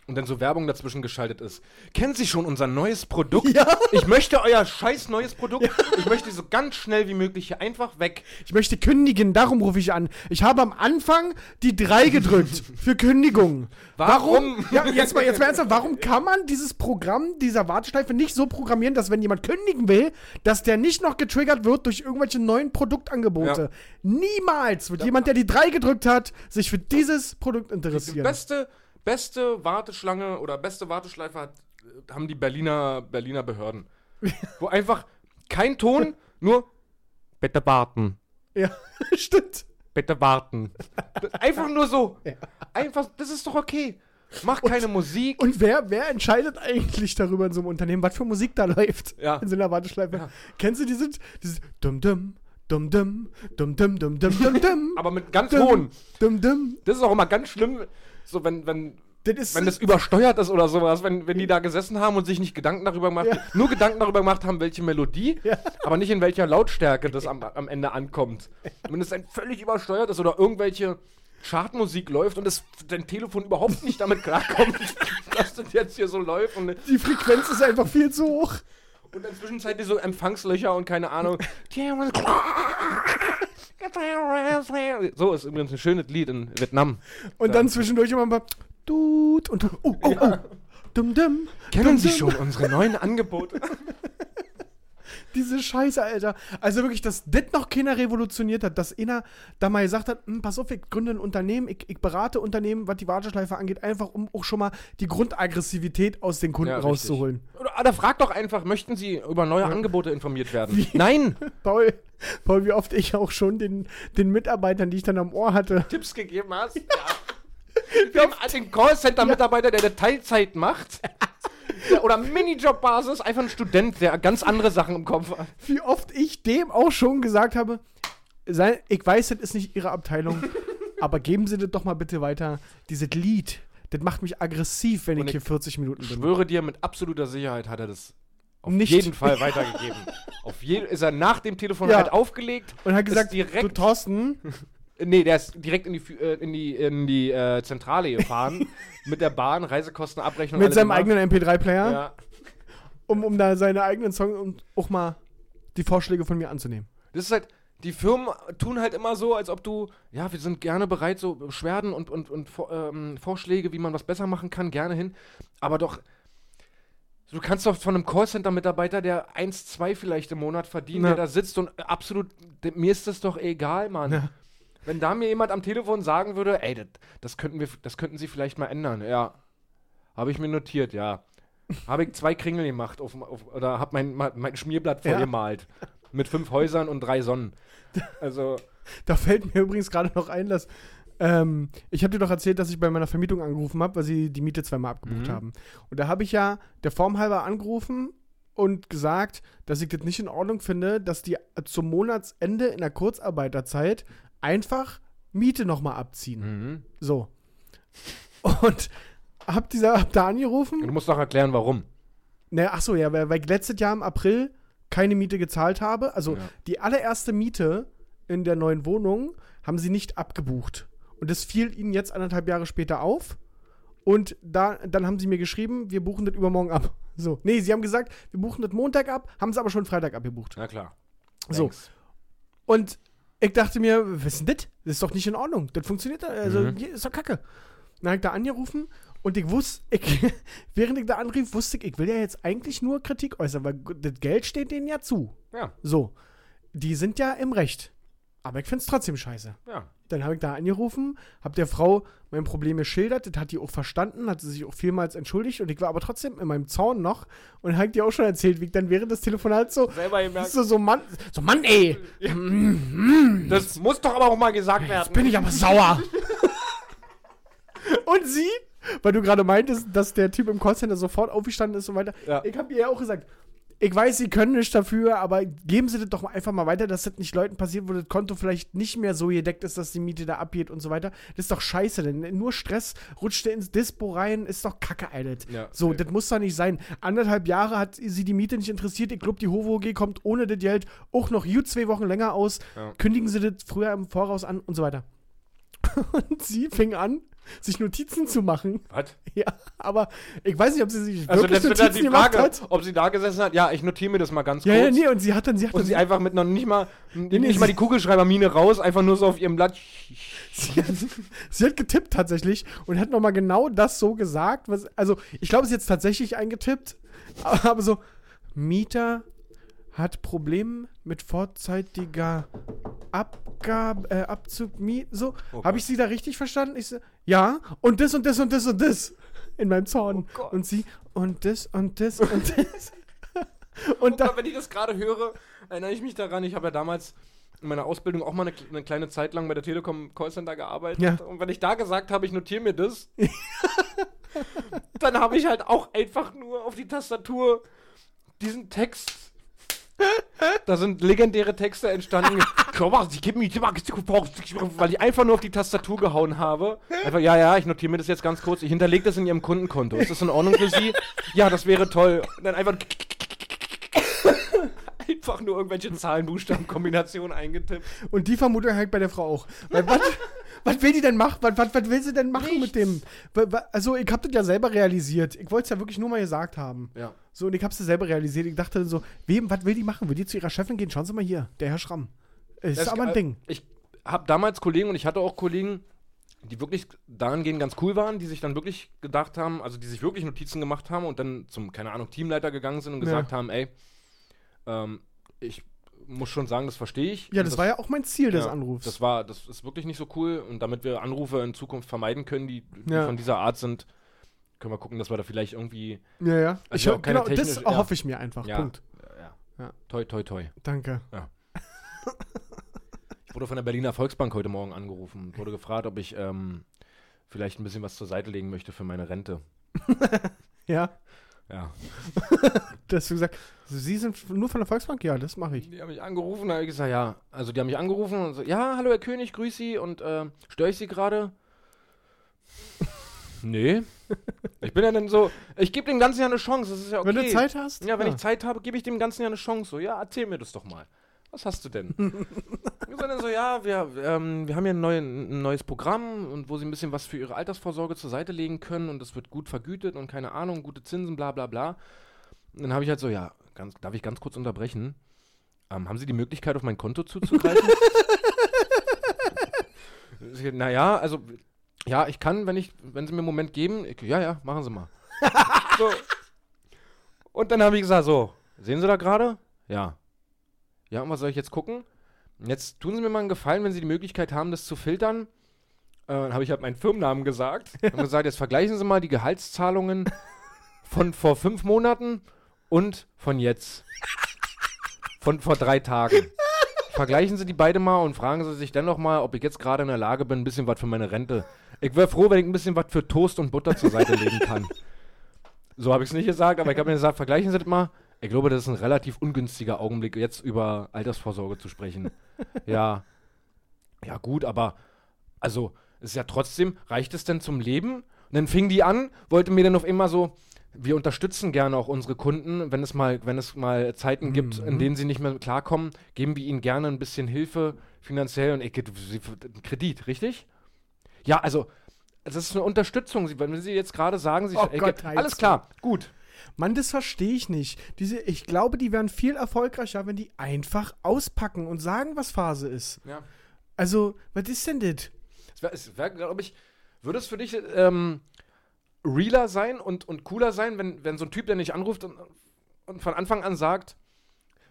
S1: und dann so Werbung dazwischen geschaltet ist. Kennen Sie schon unser neues Produkt?
S4: Ja.
S1: Ich möchte euer scheiß neues Produkt. Ich möchte so ganz schnell wie möglich hier einfach weg.
S4: Ich möchte kündigen, darum rufe ich an. Ich habe am Anfang die 3 gedrückt für Kündigung.
S1: Warum?
S4: Ja, jetzt mal, jetzt mal ernsthaft, warum kann man dieses Programm dieser Warteschleife nicht so programmieren, dass wenn jemand kündigen will, dass der nicht noch getriggert wird durch irgendwelche neuen Produktangebote? Niemals wird jemand, der die 3 gedrückt hat, sich für dieses Produkt
S1: Die
S4: interessieren.
S1: beste, beste Warteschlange oder beste Warteschleife hat, äh, haben die Berliner, Berliner Behörden. Wo einfach kein Ton, nur
S3: Bitte warten.
S4: Ja, stimmt.
S3: Bitte warten.
S1: einfach nur so. Einfach, das ist doch okay. Mach keine Musik.
S4: Und wer, wer entscheidet eigentlich darüber in so einem Unternehmen, was für Musik da läuft
S1: Ja.
S4: in so einer Warteschleife? Kennst du diese, dieses Dum-Dum, Dum-Dum, Dum-Dum, Dum-Dum, Dum-Dum?
S1: aber mit ganz
S4: Dum,
S1: hohen.
S4: dum, dum.
S1: Das ist auch immer ganz schlimm, so wenn, wenn,
S4: Das ist,
S1: wenn das übersteuert ist oder sowas, wenn, wenn die da gesessen haben und sich nicht Gedanken darüber gemacht,
S4: Ja.
S1: nur Gedanken darüber gemacht haben, welche Melodie,
S4: Ja.
S1: aber nicht in welcher Lautstärke das am, am Ende ankommt. Wenn es dann völlig übersteuert ist oder irgendwelche Chartmusik läuft und das, dein Telefon überhaupt nicht damit klarkommt, dass das jetzt hier so läuft und,
S4: die Frequenz ist einfach viel zu hoch.
S1: und inzwischen seid ihr so Empfangslöcher und keine Ahnung. So ist übrigens ein schönes Lied in Vietnam.
S4: Und dann zwischendurch immer mal Dut und oh, oh, oh. Dum, dum.
S1: Kennen Sie
S4: dum.
S1: schon unsere neuen Angebote?
S4: Diese Scheiße, Alter. Also wirklich, dass das noch keiner revolutioniert hat, dass einer da mal gesagt hat, "Hm, pass auf, ich gründe ein Unternehmen, ich, ich berate Unternehmen, was die Warteschleife angeht, einfach um auch schon mal die Grundaggressivität aus den Kunden
S1: Ja, richtig.
S4: rauszuholen.
S1: Oder, oder frag doch einfach, möchten Sie über neue Angebote informiert werden? Nein!
S4: Paul, Paul, wie oft ich auch schon den, den Mitarbeitern, die ich dann am Ohr hatte,
S1: Tipps gegeben hast? Ja. Wir haben den Callcenter-Mitarbeiter, der eine Teilzeit macht. Der- Oder Minijob-Basis, einfach ein Student, der ganz andere Sachen im Kopf hat.
S4: wie oft ich dem auch schon gesagt habe, sei, ich weiß, das ist nicht Ihre Abteilung, aber geben Sie das doch mal bitte weiter. Dieses Lied, das macht mich aggressiv, wenn
S1: Und
S4: ich hier
S1: ich
S4: 40 Minuten
S1: Ich
S4: bin.
S1: schwöre dir, mit absoluter Sicherheit hat er das auf
S4: Nicht.
S1: jeden Fall weitergegeben. auf je ist er nach dem Telefon
S4: Ja.
S1: halt aufgelegt
S4: Und hat gesagt,
S1: ist
S4: du
S1: direkt,
S4: Thorsten,
S1: nee, der ist direkt in die, Fü- äh, in die, in die äh, Zentrale gefahren mit der Bahn, Reisekostenabrechnung.
S4: mit
S1: alles
S4: seinem
S1: gemacht.
S4: eigenen MP3-Player,
S1: Ja.
S4: um, um da seine eigenen Songs und auch mal die Vorschläge von mir anzunehmen.
S1: Das ist halt, die Firmen tun halt immer so, als ob du, ja, wir sind gerne bereit, so Beschwerden und, und, und Vor- ähm, Vorschläge, wie man was besser machen kann, gerne hin. Aber doch, Du kannst doch von einem Callcenter-Mitarbeiter, der 1, 2 vielleicht im Monat verdient,
S4: Ja.
S1: der da sitzt und absolut, de- mir ist das doch egal, Mann.
S4: Ja.
S1: Wenn da mir jemand am Telefon sagen würde, ey, das, das, könnten, wir, das könnten sie vielleicht mal ändern, ja. Habe ich mir notiert, ja. Habe ich zwei Kringel gemacht auf, auf, oder habe mein, ma- mein Schmierblatt
S4: Ja.
S1: vollgemalt. Mit fünf Häusern und drei Sonnen. Also,
S4: Da fällt mir übrigens gerade noch ein, dass ähm, ich habe dir doch erzählt, dass ich bei meiner Vermietung angerufen habe, weil sie die Miete zweimal abgebucht
S1: Mhm.
S4: haben. Und da habe ich ja der Form halber angerufen und gesagt, dass ich das nicht in Ordnung finde, dass die zum Monatsende in der Kurzarbeiterzeit einfach Miete nochmal abziehen.
S1: mhm.
S4: So. Und hab, dieser, hab da angerufen
S1: du musst doch erklären, warum.
S4: Ne, ach so, ja, weil, weil ich letztes Jahr im April keine Miete gezahlt habe. Also
S1: Ja.
S4: die allererste Miete in der neuen Wohnung haben sie nicht abgebucht. Und das fiel ihnen jetzt anderthalb Jahre später auf. Und da, dann haben sie mir geschrieben, wir buchen das übermorgen ab. So. Nee, sie haben gesagt, wir buchen das Montag ab, haben es aber schon Freitag abgebucht.
S1: Na klar.
S4: So.
S1: Thanks.
S4: Und ich dachte mir, was ist denn das? Das ist doch nicht in Ordnung. Das funktioniert doch- also
S1: Mhm.
S4: hier ist doch Kacke. Dann habe ich da angerufen und ich wusste, ich, während ich da anrief, wusste ich, ich will ja jetzt eigentlich nur Kritik äußern, weil gu- das Geld steht denen ja zu.
S1: Ja,
S4: So, die sind ja im Recht. Aber ich finde es trotzdem scheiße.
S1: ja.
S4: Dann habe ich da angerufen, habe der Frau mein Problem geschildert, das hat die auch verstanden, hat sie sich auch vielmals entschuldigt und ich war aber trotzdem in meinem Zaun noch und habe dir auch schon erzählt, wie ich dann während des Telefonats so,
S1: Selber gemerkt.
S4: so, so Mann, so Mann, ey,
S1: Das muss doch aber auch mal gesagt werden.
S4: Jetzt bin ich aber sauer. und sie, weil du gerade meintest, dass der Typ im Callcenter sofort aufgestanden ist und weiter.
S1: Ja.
S4: Ich habe ihr ja auch gesagt, ich weiß, sie können nicht dafür, aber geben sie das doch mal einfach mal weiter, dass das nicht Leuten passiert, wo das Konto vielleicht nicht mehr so gedeckt ist, dass die Miete da abgeht und so weiter. Das ist doch scheiße, denn nur Stress rutscht der ins Dispo rein, ist doch kacke, Alter.
S1: Ja,
S4: so,
S1: safe.
S4: das muss doch nicht sein. Anderthalb Jahre hat sie die Miete nicht interessiert. Ich glaube, die Hovo G kommt ohne das Geld auch noch gut zwei Wochen länger aus.
S1: Ja.
S4: Kündigen sie das früher im Voraus an und so weiter. Und sie fing an, sich Notizen zu machen.
S1: Was?
S4: Ja, aber ich weiß nicht, ob sie sich
S1: Also
S4: wirklich
S1: das wird dann
S4: Notizen
S1: die
S4: gemacht
S1: Frage,
S4: hat.
S1: ob sie da gesessen hat. Ja, ich notiere mir das mal ganz
S4: halt- Ja,
S1: kurz.
S4: ja, nee, und sie hat dann, sie hat
S1: Und
S4: dann,
S1: sie einfach mit noch nicht mal,
S4: nee,
S1: nicht mal
S4: sie-
S1: die Kugelschreibermine raus, einfach nur so auf ihrem Blatt.
S4: sie, hat, sie hat getippt tatsächlich und hat nochmal genau das so gesagt, was, also ich glaube, sie hat es tatsächlich eingetippt, aber, aber so, Mieter hat Probleme mit vorzeitiger Abgabe, äh, Abzug, Miet, so,
S1: Oh
S4: habe ich sie da richtig verstanden? Ich so, ja, und das und das und das und das in meinem Zorn.
S1: Oh Gott.
S4: und sie, und das und das und das. und da,
S1: Wenn ich das gerade höre, erinnere ich mich daran, ich habe ja damals in meiner Ausbildung auch mal eine, eine kleine Zeit lang bei der Telekom Callcenter gearbeitet.
S4: Ja.
S1: Und wenn ich da gesagt habe, ich notiere mir das, dann habe ich halt auch einfach nur auf die Tastatur diesen Text. Da sind legendäre Texte entstanden. Komm, mach, ich geb mir die Marke, weil ich einfach nur auf die Tastatur gehauen habe. Einfach, ja, ja, ich notiere mir das jetzt ganz kurz. Ich hinterlege das in Ihrem Kundenkonto. Ist das in Ordnung für Sie? Ja, das wäre toll. Und dann einfach einfach nur irgendwelche Zahlenbuchstabenkombinationen eingetippt.
S4: Und die Vermutung halt bei der Frau auch. Weil, was, was will die denn machen? Was, was, was will sie denn machen mit dem? Wa- wa- Also, ich hab das ja selber realisiert. Ich wollte es ja wirklich nur mal gesagt haben.
S1: Ja.
S4: So, und ich hab's ja selber realisiert. Ich dachte so, wem, was will die machen? Will die zu ihrer Chefin gehen? Schauen Sie mal hier, der Herr Schramm. Ist aber ein
S1: äh,
S4: Ding.
S1: Ich habe damals Kollegen und ich hatte auch Kollegen, die wirklich dahingehend ganz cool waren, die sich dann wirklich gedacht haben, also die sich wirklich Notizen gemacht haben und dann zum, keine Ahnung, Teamleiter gegangen sind und
S4: Ja.
S1: gesagt haben, ey, ähm, ich muss schon sagen, das verstehe ich.
S4: Ja,
S1: Und
S4: das, war ja auch mein Ziel des
S1: ja,
S4: Anrufs.
S1: Das war, das ist wirklich nicht so cool. Und damit wir Anrufe in Zukunft vermeiden können, die, die
S4: Ja.
S1: von dieser Art sind, können wir gucken, dass wir da vielleicht irgendwie.
S4: ja, ja.
S1: Also
S4: ich,
S1: ja, auch keine
S4: genau, das
S1: technische- ja.
S4: erhoffe ich mir einfach.
S1: Ja.
S4: Punkt.
S1: Ja.
S4: Ja.
S1: Toi, toi, toi.
S4: Danke.
S1: Ich wurde von der Berliner Volksbank heute Morgen angerufen und wurde gefragt, ob ich ähm, vielleicht ein bisschen was zur Seite legen möchte für meine Rente.
S4: Ja,
S1: Ja.
S4: dass du gesagt Sie sind nur von der Volksbank? Ja, das mache ich.
S1: Die haben mich angerufen, da habe ich gesagt, ja. Also die haben mich angerufen und so, ja, hallo Herr König, grüß Sie und ähm, störe ich Sie gerade? Nee. Ich bin ja dann so, ich gebe dem Ganzen ja eine Chance, das ist ja okay.
S4: Wenn du Zeit hast?
S1: Ja, wenn ich Zeit habe, gebe ich dem Ganzen ja eine Chance. So, ja, erzähl mir das doch mal. Was hast du denn? Wir sind dann so, ja, wir, ähm, wir haben ja ein, neu, ein neues Programm und wo sie ein bisschen was für ihre Altersvorsorge zur Seite legen können und das wird gut vergütet und keine Ahnung, gute Zinsen, bla bla bla. Und dann habe ich halt so, ja, ganz, darf ich ganz kurz unterbrechen? Ähm, haben Sie die Möglichkeit, auf mein Konto zuzugreifen? Sie, naja, also, ja, ich kann, wenn ich, wenn Sie mir einen Moment geben, ich, ja, ja, machen Sie mal. so.
S3: Und dann habe ich gesagt, so,
S1: Sehen Sie da gerade? Ja. Ja, und was soll ich jetzt gucken? Und Jetzt tun Sie mir mal einen Gefallen, wenn Sie die Möglichkeit haben, das zu filtern. Äh, Dann habe ich halt meinen Firmennamen gesagt. Und gesagt, jetzt vergleichen Sie mal die Gehaltszahlungen von vor fünf Monaten und von jetzt. Von vor drei Tagen. Vergleichen Sie die beide mal und fragen Sie sich dann noch mal, ob ich jetzt gerade in der Lage bin, ein bisschen was für meine Rente. Ich wäre froh, wenn ich ein bisschen was für Toast und Butter zur Seite legen kann. So habe ich es nicht gesagt, aber ich habe mir gesagt, vergleichen Sie das mal. Ich glaube, das ist ein relativ ungünstiger Augenblick, jetzt über Altersvorsorge zu sprechen. ja. Ja, gut, aber also, es ist ja trotzdem, reicht es denn zum Leben? Und dann fing die an, wollte mir dann auf immer so, wir unterstützen gerne auch unsere Kunden, wenn es mal, wenn es mal Zeiten gibt,
S4: Mhm.
S1: in denen sie nicht mehr klarkommen, geben wir ihnen gerne ein bisschen Hilfe finanziell und ich, sie- Kredit, richtig? Ja, also, es ist eine Unterstützung. Sie, wenn Sie jetzt gerade sagen, Sie,
S4: Oh
S1: ich-
S4: Gott, Heinz.
S1: alles klar, gut.
S4: Mann, das verstehe ich nicht. Diese, ich glaube, die wären viel erfolgreicher, wenn die einfach auspacken und sagen, was Phase ist.
S1: Ja.
S4: Also, was ist denn das?
S1: Es wär- Es wäre, glaube ich, würde es für dich ähm, realer sein und, und cooler sein, wenn, wenn so ein Typ, der nicht anruft und, und von Anfang an sagt,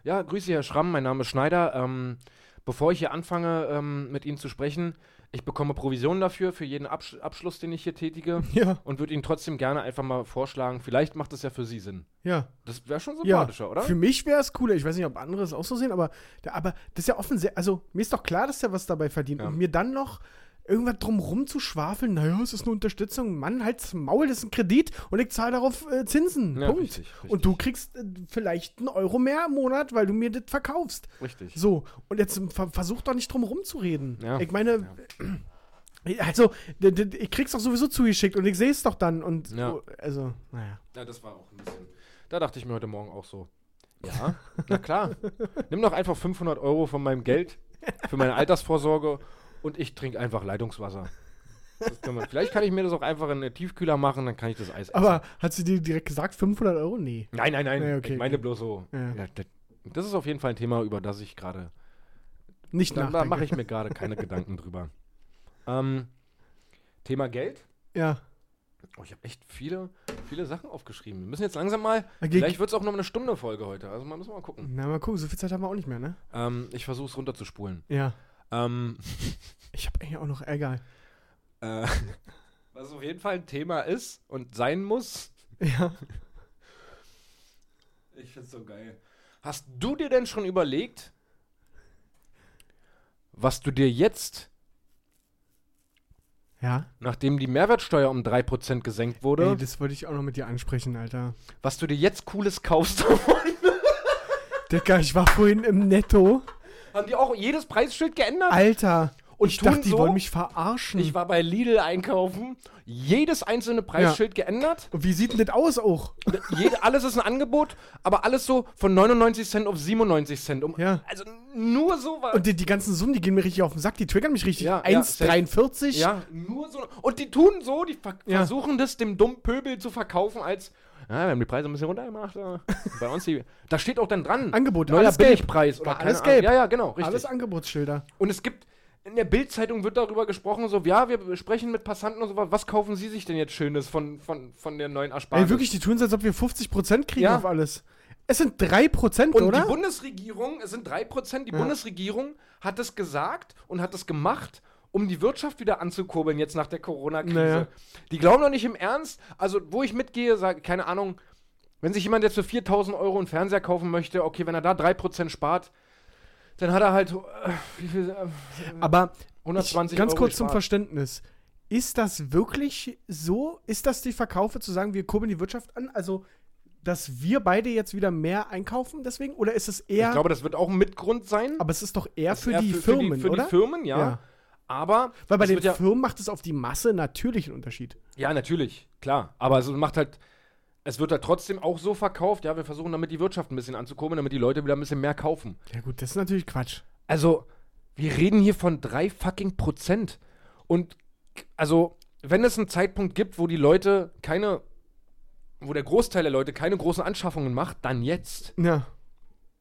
S1: ja, grüße Herr Schramm, mein Name ist Schneider, ähm, bevor ich hier anfange, ähm, mit Ihnen zu sprechen, ich bekomme Provision dafür, für jeden Absch Abschluss, den ich hier tätige
S4: Ja,
S1: und würde Ihnen trotzdem gerne einfach mal vorschlagen, vielleicht macht es ja für Sie Sinn.
S4: ja.
S1: Das wäre schon
S4: Ja,
S1: sympathischer, oder?
S4: für mich wäre es cooler. Ich weiß nicht, ob andere es auch so sehen, aber, da- aber das ist ja offensichtlich. Also, mir ist doch klar, dass der was dabei verdient.
S1: Ja.
S4: Und mir dann noch irgendwas drumrum zu schwafeln, naja, es ist eine Unterstützung. Mann, halt's Maul, das ist ein Kredit und ich zahle darauf äh, Zinsen.
S1: Ja,
S4: Punkt.
S1: richtig, richtig.
S4: Und du kriegst äh, vielleicht einen Euro mehr im Monat, weil du mir das verkaufst.
S1: Richtig.
S4: So, und jetzt ver versuch doch nicht drum rumzureden.
S1: Ja.
S4: Ich meine, also, d- d- ich krieg's doch sowieso zugeschickt und ich sehe es doch dann. Und
S1: Ja.
S4: oh, also, naja.
S1: Ja, das war auch ein bisschen. Da dachte ich mir heute Morgen auch so. Ja, na klar. Nimm doch einfach 500 Euro von meinem Geld für meine Altersvorsorge und ich trinke einfach Leitungswasser. Das können wir, vielleicht kann ich mir das auch einfach in den Tiefkühler machen, dann kann ich das Eis essen.
S4: Aber hat sie dir direkt gesagt, 500 Euro? Nee.
S1: nein, nein, nein.
S4: Ja, okay,
S1: ich meine
S4: okay.
S1: bloß so.
S4: Ja.
S1: Ja, das- das ist auf jeden Fall ein Thema, über das ich gerade.
S4: Nicht
S1: Da,
S4: nach.
S1: da mache ich mir gerade keine Gedanken drüber. Ähm, Thema Geld.
S4: Ja.
S1: Oh, ich habe echt viele, viele Sachen aufgeschrieben. Wir müssen jetzt langsam mal.
S4: Okay.
S1: Vielleicht wird es auch noch eine Stunde Folge heute. Also mal müssen wir mal gucken.
S4: Na, mal gucken, so viel Zeit haben wir auch nicht mehr, ne?
S1: Ähm, ich versuche es runterzuspulen.
S4: Ja.
S1: Ähm,
S4: Ich habe eigentlich auch noch, egal.
S1: äh, was auf jeden Fall ein Thema ist und sein muss.
S4: Ja.
S1: Ich find's so geil. Hast du dir denn schon überlegt, was du dir jetzt,
S4: Ja.
S1: nachdem die Mehrwertsteuer um 3% gesenkt wurde,
S4: Ey, das wollte ich auch noch mit dir ansprechen, Alter.
S1: was du dir jetzt Cooles kaufst?
S4: Dicker, ich war vorhin im Netto.
S1: Haben die auch jedes Preisschild geändert?
S4: Alter.
S1: Und
S4: ich
S1: tun
S4: dachte, die
S1: so?
S4: wollen mich verarschen.
S1: Ich war bei Lidl einkaufen, jedes einzelne Preisschild geändert.
S4: und wie sieht denn das aus auch?
S1: Jede, alles ist ein Angebot, aber alles so von 99 Cent auf 97 Cent. Um,
S4: Ja.
S1: Also nur so was.
S4: Und die, die ganzen Summen, die gehen mir richtig auf den Sack, die triggern mich richtig.
S1: Ja, ja,
S4: 1,43.
S1: Ja, nur so. Und die tun so, die ver
S4: Ja.
S1: versuchen das dem dummen Pöbel zu verkaufen als. Ja, wir haben die Preise ein bisschen runtergemacht. äh, Bei uns die. Da steht auch dann dran.
S4: Angebot,
S1: neuer
S4: alles gelb.
S1: Billigpreis oder
S4: War
S1: keine
S4: alles
S1: Ahnung.
S4: gelb.
S1: Ja, ja, genau, richtig.
S4: Alles Angebotsschilder.
S1: und es gibt in der Bildzeitung wird darüber gesprochen, so ja, wir sprechen mit Passanten und so was. Was kaufen Sie sich denn jetzt Schönes von von von der neuen Ersparnis?
S4: Ey, wirklich, die tun es, als ob wir 50% kriegen
S1: Ja.
S4: auf alles. Es sind 3%,
S1: Und
S4: oder?
S1: die Bundesregierung, es sind 3%, die Bundesregierung hat es gesagt und hat es gemacht, um die Wirtschaft wieder anzukurbeln jetzt nach der Corona-Krise.
S4: Naja.
S1: Die glauben doch nicht im Ernst. Also, wo ich mitgehe, sage, keine Ahnung, wenn sich jemand jetzt für 4000 Euro einen Fernseher kaufen möchte, okay, wenn er da 3% spart, dann hat er halt, äh, wie viel, äh,
S4: Aber
S1: 120
S4: ich, ganz
S1: Euro
S4: kurz zum
S1: gespart.
S4: Verständnis. Ist das wirklich so? Ist das die Verkaufe zu sagen, wir kurbeln die Wirtschaft an? Also, dass wir beide jetzt wieder mehr einkaufen deswegen? Oder ist es eher.
S1: Ich glaube, das wird auch ein Mitgrund sein.
S4: aber es ist doch eher
S1: Das
S4: für
S1: eher
S4: die
S1: für
S4: Firmen,
S1: die, für
S4: oder?
S1: die Firmen, ja.
S4: Ja.
S1: Aber
S4: Weil bei
S1: es
S4: den
S1: wird ja,
S4: Firmen macht es auf die Masse natürlich einen Unterschied.
S1: Ja, natürlich, klar. Aber es macht halt, es wird halt trotzdem auch so verkauft, ja, wir versuchen damit die Wirtschaft ein bisschen anzukurbeln, damit die Leute wieder ein bisschen mehr kaufen.
S4: Ja, gut, das ist natürlich Quatsch.
S1: Also, wir reden hier von drei fucking Prozent. Und also, wenn es einen Zeitpunkt gibt, wo die Leute keine, wo der Großteil der Leute keine großen Anschaffungen macht, dann jetzt.
S4: Ja.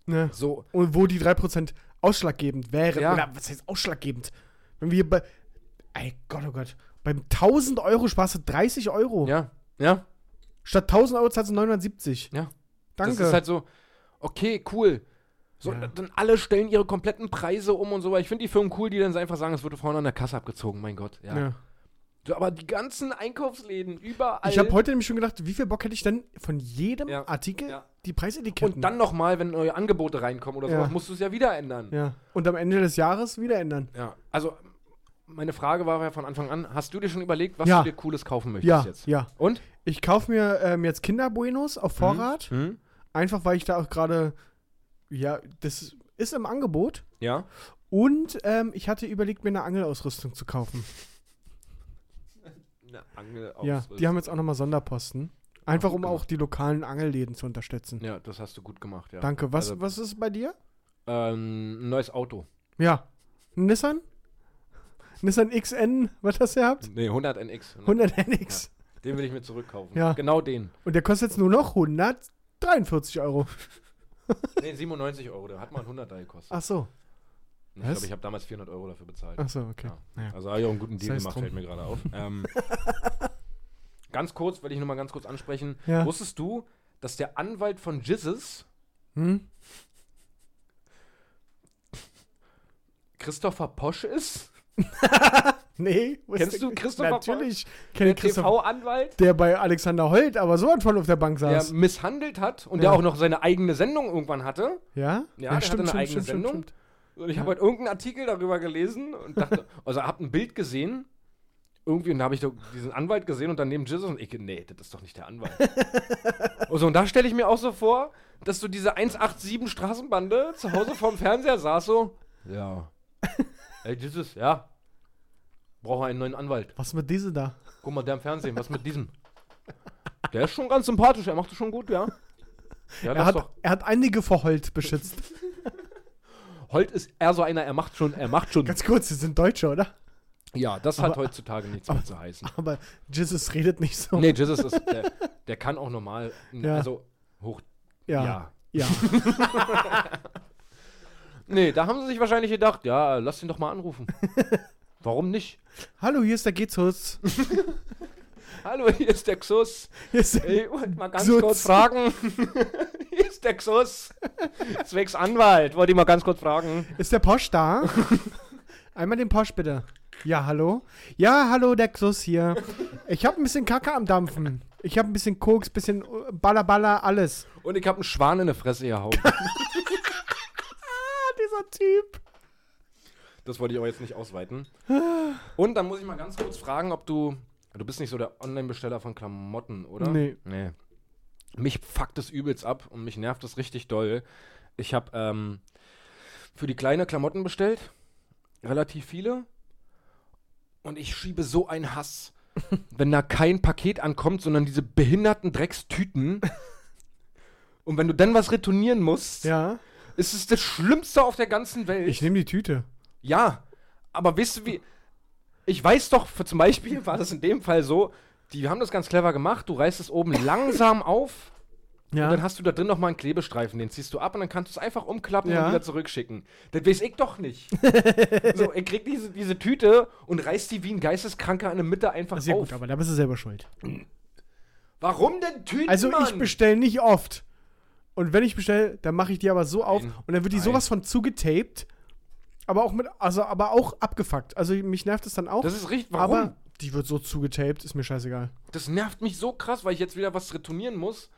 S4: ja.
S1: So,
S4: Und wo die 3% ausschlaggebend wären.
S1: Ja.
S4: Oder was heißt ausschlaggebend? Wenn wir bei. Ey Gott, oh Gott. Beim 1000 Euro sparst du 30 Euro.
S1: ja, ja,
S4: Statt 1000 Euro zahlst du 970.
S1: ja.
S4: Danke.
S1: Das ist halt so, okay, cool. So,
S4: Ja.
S1: dann alle stellen ihre kompletten Preise um und so, weil ich finde die Firmen cool, die dann einfach sagen, es wurde vorne an der Kasse abgezogen, mein Gott. Ja.
S4: ja.
S1: So, aber die ganzen Einkaufsläden überall.
S4: Ich habe heute nämlich schon gedacht, wie viel Bock hätte ich denn von jedem
S1: Ja.
S4: Artikel
S1: Ja.
S4: die Preisetiketten?
S1: und dann nochmal, wenn neue Angebote reinkommen oder
S4: Ja.
S1: so, musst du es ja wieder ändern.
S4: Ja. Und am Ende des Jahres wieder ändern.
S1: Ja, also meine Frage war ja von Anfang an, hast du dir schon überlegt, was
S4: Ja.
S1: du dir Cooles kaufen möchtest
S4: Ja,
S1: jetzt?
S4: ja.
S1: Und?
S4: Ich kaufe mir ähm, jetzt Kinderbuenos auf Vorrat,
S1: Hm?
S4: einfach weil ich da auch gerade, ja, das ist im Angebot.
S1: Ja.
S4: Und ähm, ich hatte überlegt, mir eine Angelausrüstung zu kaufen. Ja, die haben jetzt auch nochmal Sonderposten. Einfach
S1: gut
S4: um auch
S1: gemacht.
S4: die lokalen Angelläden zu unterstützen.
S1: genau. ja, das hast du gut gemacht, ja.
S4: Danke. Was,
S1: Also-
S4: was ist bei dir?
S1: Ähm, ein neues Auto.
S4: Ja. Ein Nissan? Nissan XN, was das ihr habt?
S1: Nee, 100 NX.
S4: 100 NX.
S1: Den will ich mir zurückkaufen.
S4: Ja.
S1: Genau den.
S4: Und der kostet jetzt nur noch 143 Euro.
S1: Nee, 97 Euro. Der hat mal 100 da gekostet.
S4: Ach so.
S1: ich
S4: Ah, was?
S1: glaube, ich habe damals 400 Euro dafür bezahlt.
S4: Ach so, okay.
S1: Ja.
S4: Naja.
S1: Also habe ich auch einen guten Deal
S4: Sei's
S1: gemacht,
S4: drum.
S1: fällt mir gerade auf. ähm, ganz kurz, will ich nur mal ganz kurz ansprechen.
S4: Ja.
S1: Wusstest du, dass der Anwalt von Jizzes,
S4: Hm?
S1: Christopher Posch ist?
S4: Nee. wo ist
S1: Kennst
S4: der-
S1: du Christopher
S4: Natürlich kenne ich
S1: der
S4: Christopher,
S1: TV-Anwalt,
S4: der bei Alexander Holt aber so von auf der Bank
S1: der
S4: saß.
S1: misshandelt hat und
S4: Ja.
S1: der auch noch seine eigene Sendung irgendwann hatte.
S4: Ja?
S1: Ja, der hatte eine eigene Sendung. Und ich habe
S4: Ja.
S1: heute irgendeinen Artikel darüber gelesen und dachte, also hab ein Bild gesehen. Irgendwie, und da habe ich doch diesen Anwalt gesehen und dann neben Jesus und ich, nee, das ist doch nicht der Anwalt. und, so, und da stelle ich mir auch so vor, dass so diese 187 Straßenbande zu Hause vorm Fernseher saß so. Ja. Ey, Jesus, ja. Brauche einen neuen Anwalt.
S4: Was mit diese da?
S1: Guck mal, der im Fernsehen, was mit diesem? Der ist schon ganz sympathisch, er macht es schon gut, ja. Ja,
S4: Er
S1: das
S4: hat,
S1: doch.
S4: er hat einige vor Holt beschützt.
S1: Holt ist er so einer, er macht schon, er macht schon.
S4: Ganz kurz, sie sind Deutsche, oder?
S1: Ja, das hat
S4: Aber-
S1: heutzutage nichts mehr zu heißen.
S4: Aber Jesus redet nicht so.
S1: Nee, Jesus ist, der, der kann auch normal,
S4: Ja.
S1: also hoch,
S4: ja.
S1: ja.
S4: ja. Ja.
S1: Nee, da haben sie sich wahrscheinlich gedacht, ja, lass ihn doch mal anrufen. Warum nicht?
S4: Hallo, hier ist der Gezos.
S1: Hallo, hier ist der Xus.
S4: Hier ist der
S1: Ich wollte mal ganz
S4: Xus.
S1: kurz fragen. hier ist der Xus. Zwecks Anwalt, wollte ich mal ganz kurz fragen.
S4: Ist der Posch da? Einmal den Posch bitte. Ja, hallo? Ja, hallo, der Xus hier. Ich habe ein bisschen Kacke am Dampfen. Ich habe ein bisschen Koks, bisschen äh, Ballaballa, alles.
S1: Und ich habe einen Schwan in der Fresse gehauen.
S4: Ah, dieser Typ.
S1: Das wollte ich auch jetzt nicht ausweiten. Und dann muss ich mal ganz kurz fragen, ob du. Du bist nicht so der Online-Besteller von Klamotten, oder?
S4: Nee.
S1: Nee. Mich fuckt es übelst ab und mich nervt es richtig doll. Ich habe ähm, für die Kleine Klamotten bestellt. Relativ viele. Und ich schiebe so einen Hass, wenn da kein Paket ankommt, sondern diese behinderten Dreckstüten. Und wenn du dann was retournieren musst,
S4: Ja.
S1: ist es das Schlimmste auf der ganzen Welt.
S4: Ich nehme die Tüte.
S1: Ja, aber wisst ihr, wie. Ich weiß doch, für zum Beispiel war das in dem Fall so, die haben das ganz clever gemacht, du reißt es oben langsam auf und dann
S4: Ja.
S1: hast du da drin nochmal einen Klebestreifen, den ziehst du ab und dann kannst du es einfach umklappen
S4: Ja.
S1: und wieder zurückschicken. Das weiß ich doch nicht. so, er kriegt diese, diese Tüte und reißt die wie ein Geisteskranker in der Mitte einfach
S4: Sehr
S1: auf.
S4: gut, aber da bist du selber schuld.
S1: Warum denn Tüten,
S4: Also ich
S1: Mann?
S4: bestelle nicht oft. Und wenn ich bestelle, dann mache ich die aber so auf
S1: Nein.
S4: und dann wird die
S1: Nein.
S4: sowas von zugetaped. Aber auch mit, also aber auch abgefuckt. Also mich nervt es dann auch.
S1: Das ist richtig, warum?
S4: aber die wird so zugetaped, ist mir scheißegal.
S1: Das nervt mich so krass, weil ich jetzt wieder was retournieren muss.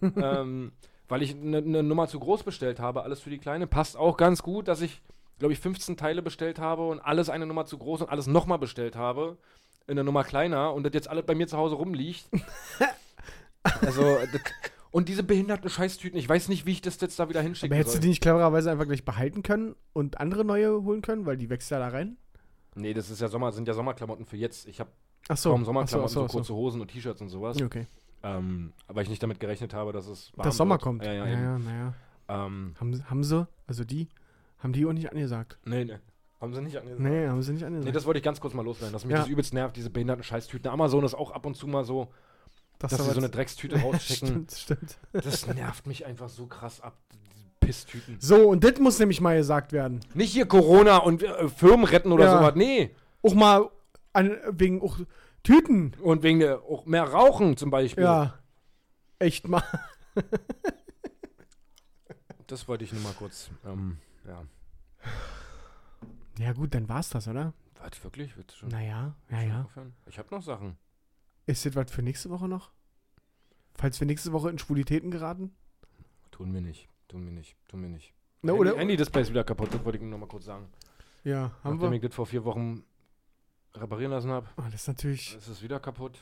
S1: ähm, weil ich eine ne Nummer zu groß bestellt habe, alles für die Kleine. Passt auch ganz gut, dass ich, glaube ich, 15 Teile bestellt habe und alles eine Nummer zu groß und alles nochmal bestellt habe. In der Nummer kleiner und das jetzt alles bei mir zu Hause rumliegt. also, das, und diese behinderten Scheißtüten, ich weiß nicht, wie ich das jetzt da wieder
S4: Aber
S1: hinschicken
S4: hättest du
S1: soll.
S4: die nicht clevererweise einfach gleich behalten können und andere neue holen können, weil die wächst ja da rein?
S1: Nee, das ist ja Sommer, sind ja Sommerklamotten für jetzt. Ich habe
S4: Ach so.
S1: kaum Sommerklamotten,
S4: ach
S1: so
S4: so, ach so, ach
S1: kurze Hosen und T-Shirts und sowas.
S4: so. Okay.
S1: Ähm, weil ich nicht damit gerechnet habe, dass es warm
S4: Dass Sommer
S1: wird.
S4: kommt.
S1: Ja, ja,
S4: ja,
S1: eben.
S4: ja naja.
S1: Ähm,
S4: Haben, sie- haben sie, also die, haben die auch nicht angesagt.
S1: Nee, nee. Haben sie nicht angesagt. Nee.
S4: Nee, haben sie nicht angesagt.
S1: das wollte ich ganz kurz mal loswerden, dass mich
S4: Ja.
S1: das übelst nervt, diese behinderten Scheißtüten. Amazon ist auch ab und zu mal so,
S4: das
S1: dass sie
S4: aber
S1: so eine
S4: jetzt-
S1: Dreckstüte rausschicken.
S4: stimmt, stimmt.
S1: das nervt mich einfach so krass ab, diese Pisstüten.
S4: So, und das muss nämlich mal gesagt werden.
S1: Nicht hier Corona und äh, Firmen retten oder
S4: Ja.
S1: sowas, nee.
S4: Auch mal an, wegen auch Tüten.
S1: Und wegen der, auch mehr Rauchen zum Beispiel.
S4: Ja. Echt mal.
S1: Das wollte ich nur mal kurz. Ähm, ja.
S4: Ja, gut, dann war's das, oder?
S1: Was, wirklich? Willst du schon,
S4: Naja, ja,
S1: schon
S4: ja.
S1: aufhören? Ich habe noch Sachen.
S4: Ist das was für nächste Woche noch? Falls wir nächste Woche in Schwulitäten geraten?
S1: Tun wir nicht. Tun wir nicht. Tun wir nicht.
S4: Na,
S1: Handy-
S4: oder?
S1: Handy-Display ist wieder kaputt, das wollte ich noch mal kurz sagen.
S4: Ja, haben
S1: Nachdem
S4: wir.
S1: ich das vor vier Wochen reparieren lassen habe,
S4: Oh, das ist natürlich.
S1: ist es wieder kaputt.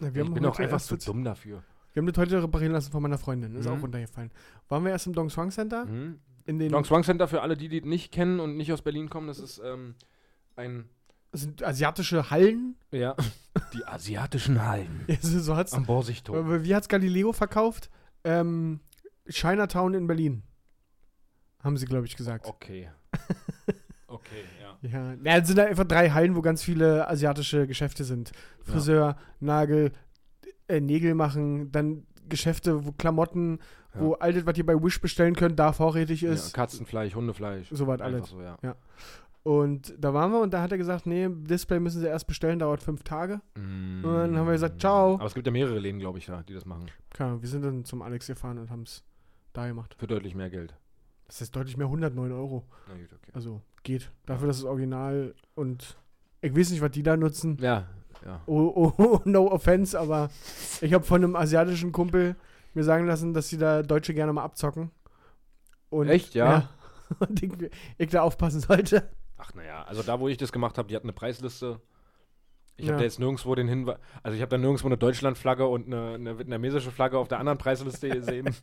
S4: Na,
S1: ich bin auch
S4: heute
S1: einfach
S4: erst
S1: zu
S4: jetzt-
S1: dumm dafür.
S4: Wir haben das heute reparieren lassen von meiner Freundin. Ist auch
S1: Mhm.
S4: runtergefallen. Waren wir erst im Dong Swang Center?
S1: Mhm.
S4: In den.
S1: Long Swang Center für alle, die die nicht kennen und nicht aus Berlin kommen, das ist ähm, ein.
S4: Sind asiatische Hallen?
S1: Ja. Die asiatischen Hallen
S4: Ja, so so hat's.
S1: am Borsigtor.
S4: Wie hat's Galileo verkauft? Ähm, Chinatown in Berlin. Haben sie, glaube ich, gesagt.
S1: Okay. Okay, ja.
S4: Ja, na, es sind halt einfach drei Hallen, wo ganz viele asiatische Geschäfte sind. Friseur, Nagel, äh, Nägel machen, dann Geschäfte, wo Klamotten,
S1: Ja.
S4: wo all das, was ihr bei Wish bestellen könnt, da vorrätig
S1: ja.
S4: ist.
S1: Katzenfleisch, Hundefleisch.
S4: Soweit
S1: Einfach
S4: alles.
S1: so, ja.
S4: Und da waren wir und da hat er gesagt, nee, Display müssen sie erst bestellen, dauert fünf Tage.
S1: Und
S4: dann haben wir gesagt, ciao.
S1: Mm. Aber es gibt ja mehrere Läden, glaube ich, da, die das machen.
S4: Keine Ahnung, wir sind dann zum Alex gefahren und haben es da gemacht.
S1: Für deutlich mehr Geld.
S4: Das ist deutlich mehr 109 Euro.
S1: Na gut, okay.
S4: Also geht. Dafür, dass es original und ich weiß nicht, was die da nutzen.
S1: Ja, ja.
S4: Oh, oh, no offense, aber ich habe von einem asiatischen Kumpel mir sagen lassen, dass sie da Deutsche gerne mal abzocken. Und,
S1: Echt, ja?
S4: und ich, ich da aufpassen sollte.
S1: Ach naja, also da, wo ich das gemacht habe, die hatten eine Preisliste. Ich habe
S4: Ja.
S1: da jetzt nirgendwo den Hinweis, also ich habe da nirgendwo eine Deutschlandflagge und eine, eine vietnamesische Flagge auf der anderen Preisliste gesehen.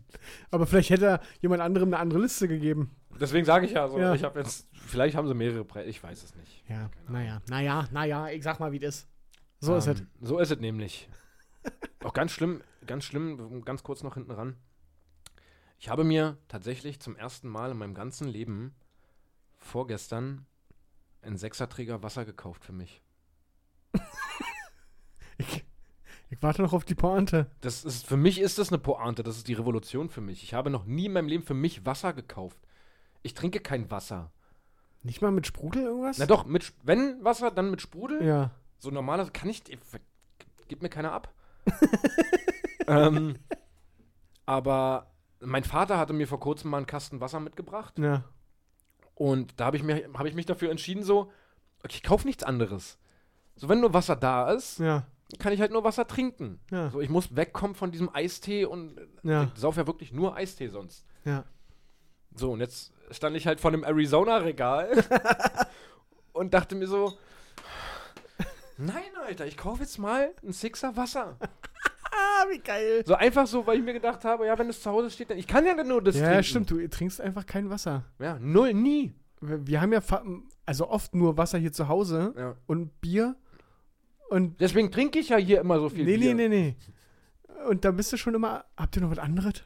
S4: Aber vielleicht hätte er jemand anderem eine andere Liste gegeben.
S1: Deswegen sage ich ja so,
S4: Ja.
S1: ich habe jetzt, vielleicht haben sie mehrere Preise, ich weiß es nicht.
S4: Ja,
S1: Keine
S4: naja, naja, naja, ich sag mal, wie das ist. So ist es.
S1: Ähm, So ist es nämlich. Auch ganz schlimm, ganz schlimm, ganz kurz noch hinten ran. Ich habe mir tatsächlich zum ersten Mal in meinem ganzen Leben vorgestern einen Sechserträger Wasser gekauft für mich.
S4: Ich, ich warte noch auf die Pointe.
S1: Das ist, für mich ist das eine Pointe, das ist die Revolution für mich. Ich habe noch nie in meinem Leben für mich Wasser gekauft. Ich trinke kein Wasser.
S4: Nicht mal mit Sprudel irgendwas?
S1: Na doch, mit, Sp- wenn Wasser, dann mit Sprudel.
S4: Ja.
S1: So normales kann ich. ich- Gib mir keiner ab. ähm, aber mein Vater hatte mir vor kurzem mal einen Kasten Wasser mitgebracht.
S4: Ja.
S1: Und da habe ich, mir- habe ich mich dafür entschieden, so, okay, ich kaufe nichts anderes. So, wenn nur Wasser da ist,
S4: Ja.
S1: kann ich halt nur Wasser trinken.
S4: Ja.
S1: So, ich muss wegkommen von diesem Eistee und äh,
S4: Ja.
S1: ich sauf ja wirklich nur Eistee sonst.
S4: Ja.
S1: So, und jetzt stand ich halt vor einem Arizona-Regal und dachte mir so, nein, Alter, ich kaufe jetzt mal einen Sixer Wasser.
S4: Ah, wie geil.
S1: So einfach so, weil ich mir gedacht habe, ja, wenn es zu Hause steht, dann ich kann ja nur das
S4: Ja,
S1: trinken.
S4: stimmt, du trinkst einfach kein Wasser.
S1: Ja, null, nie.
S4: Wir, wir haben ja fa- also oft nur Wasser hier zu Hause.
S1: Ja.
S4: und Bier und
S1: Deswegen trinke ich ja hier immer so viel
S4: nee,
S1: Bier.
S4: nee, nee, nee. Und da bist du schon immer, habt ihr noch was anderes?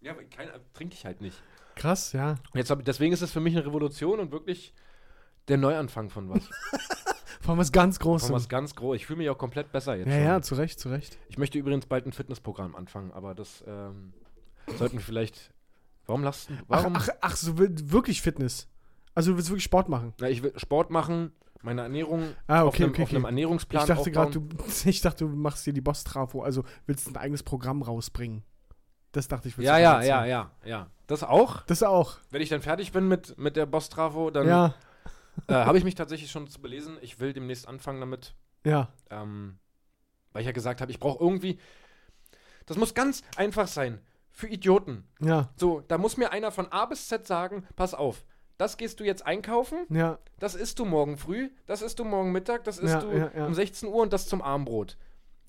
S1: Ja, aber kein, trinke ich halt nicht.
S4: Krass, ja.
S1: Jetzt hab, deswegen ist es für mich eine Revolution und wirklich der Neuanfang von was.
S4: Von was ganz
S1: Von was
S4: Großes.
S1: ganz groß. Ich fühle mich auch komplett besser jetzt.
S4: Ja,
S1: schon.
S4: ja, zu Recht, zu Recht.
S1: Ich möchte übrigens bald ein Fitnessprogramm anfangen, aber das ähm, sollten wir vielleicht. Warum lachst du?
S4: Ach,
S1: Warum?
S4: ach, ach, so wi- wirklich Fitness. Also du willst wirklich Sport machen.
S1: Na, ich will Sport machen, meine Ernährung
S4: Ah,
S1: auf,
S4: okay,
S1: einem,
S4: okay,
S1: auf einem
S4: okay.
S1: Ernährungsplan.
S4: Ich dachte gerade,
S1: aufbauen.
S4: du, ich dachte, du machst hier die Boss-Trafo, also willst ein eigenes Programm rausbringen. Das dachte ich. willst
S1: Ja,
S4: du
S1: ja,
S4: damit
S1: ja,
S4: sagen.
S1: ja, ja. Das auch.
S4: Das auch.
S1: Wenn ich dann fertig bin mit, mit der Boss-Trafo, dann
S4: ja,
S1: äh, habe ich mich tatsächlich schon zu belesen. Ich will demnächst anfangen damit.
S4: ja.
S1: Ähm, weil ich ja gesagt habe, ich brauche irgendwie. Das muss ganz einfach sein. Für Idioten.
S4: Ja,
S1: So, da muss mir einer von A bis Z sagen: Pass auf, das gehst du jetzt einkaufen,
S4: ja,
S1: das isst du morgen früh, das isst du morgen Mittag, das isst
S4: Ja,
S1: du
S4: ja, ja.
S1: um 16 Uhr und das zum Abendbrot.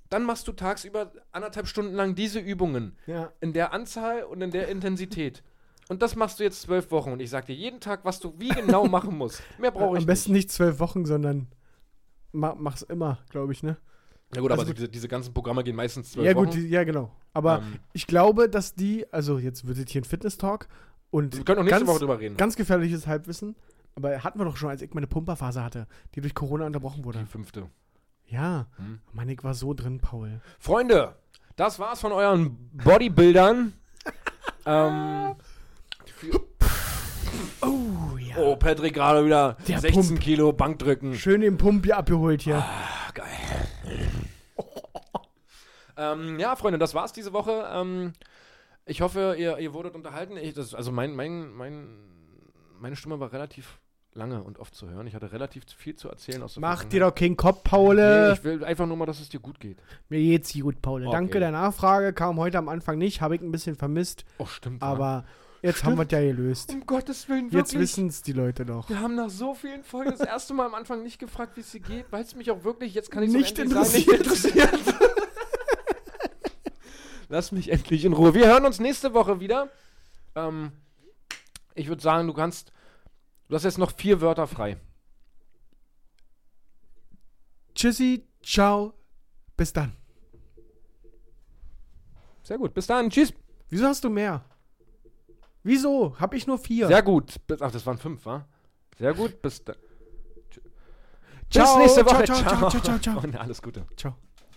S1: Dann machst du tagsüber anderthalb Stunden lang diese Übungen.
S4: ja.
S1: In der Anzahl und in der Intensität. Und das machst du jetzt zwölf Wochen und ich sag dir jeden Tag, was du wie genau machen musst. Mehr brauche ich
S4: Am besten nicht zwölf Wochen, sondern ma mach's immer, glaube ich, ne?
S1: nicht. Ja gut,
S4: also
S1: aber
S4: gut.
S1: Diese, diese ganzen Programme gehen meistens zwölf
S4: Ja,
S1: Wochen.
S4: gut, die, ja, genau. Aber
S1: Ähm.
S4: ich glaube, dass die, also jetzt wird es hier ein Fitness-Talk und
S1: Wir können auch nächste
S4: ganz,
S1: Woche drüber reden.
S4: ganz gefährliches Halbwissen, aber hatten wir doch schon, als ich meine Pumperphase hatte, die durch Corona unterbrochen
S1: Die
S4: wurde.
S1: fünfte.
S4: Ja,
S1: Hm.
S4: Mann, ich war so drin, Paul.
S1: Freunde, das war's von euren Bodybuildern. ähm,
S4: Oh ja.
S1: oh, Patrick gerade wieder
S4: Der
S1: 16
S4: Pump.
S1: Kilo Bankdrücken.
S4: Schön den Pump hier abgeholt hier.
S1: Ach, geil. ähm, ja, Freunde, das war's diese Woche. Ähm, Ich hoffe, ihr, ihr wurdet unterhalten. Ich, das, also mein, mein, mein, meine Stimme war relativ lange und oft zu hören. Ich hatte relativ viel zu erzählen aus der
S4: Mach dir
S1: Vergangenheit.
S4: doch keinen Kopf,
S1: ne? Nee,
S4: Paule.
S1: ich will einfach nur mal, dass es dir gut geht.
S4: Mir geht's gut, Paule.
S1: Okay.
S4: Danke der Nachfrage. Kam heute am Anfang nicht, habe ich ein bisschen vermisst,
S1: Oh, stimmt. ja.
S4: aber jetzt haben wir es ja gelöst.
S1: um Gottes Willen, wirklich.
S4: Jetzt wissen es die Leute doch.
S1: Wir haben nach so vielen Folgen das erste Mal am Anfang nicht gefragt, wie es dir geht, weil es mich auch wirklich, jetzt kann ich
S4: Nicht
S1: interessiert. Lass mich endlich in Ruhe. Wir hören uns nächste Woche wieder. Ähm, ich würde sagen, du kannst, du hast jetzt noch vier Wörter frei.
S4: Tschüssi, ciao, bis dann.
S1: Sehr gut. Bis dann. Tschüss.
S4: Wieso hast du mehr? Wieso? Hab ich nur vier.
S1: Sehr gut. Bis- Ach, das waren fünf, wa? Sehr gut. Bis dann.
S4: Ciao,
S1: Bis nächste
S4: ciao,
S1: Woche.
S4: ciao, ciao, ciao, ciao, ciao.
S1: Und alles Gute.
S4: ciao.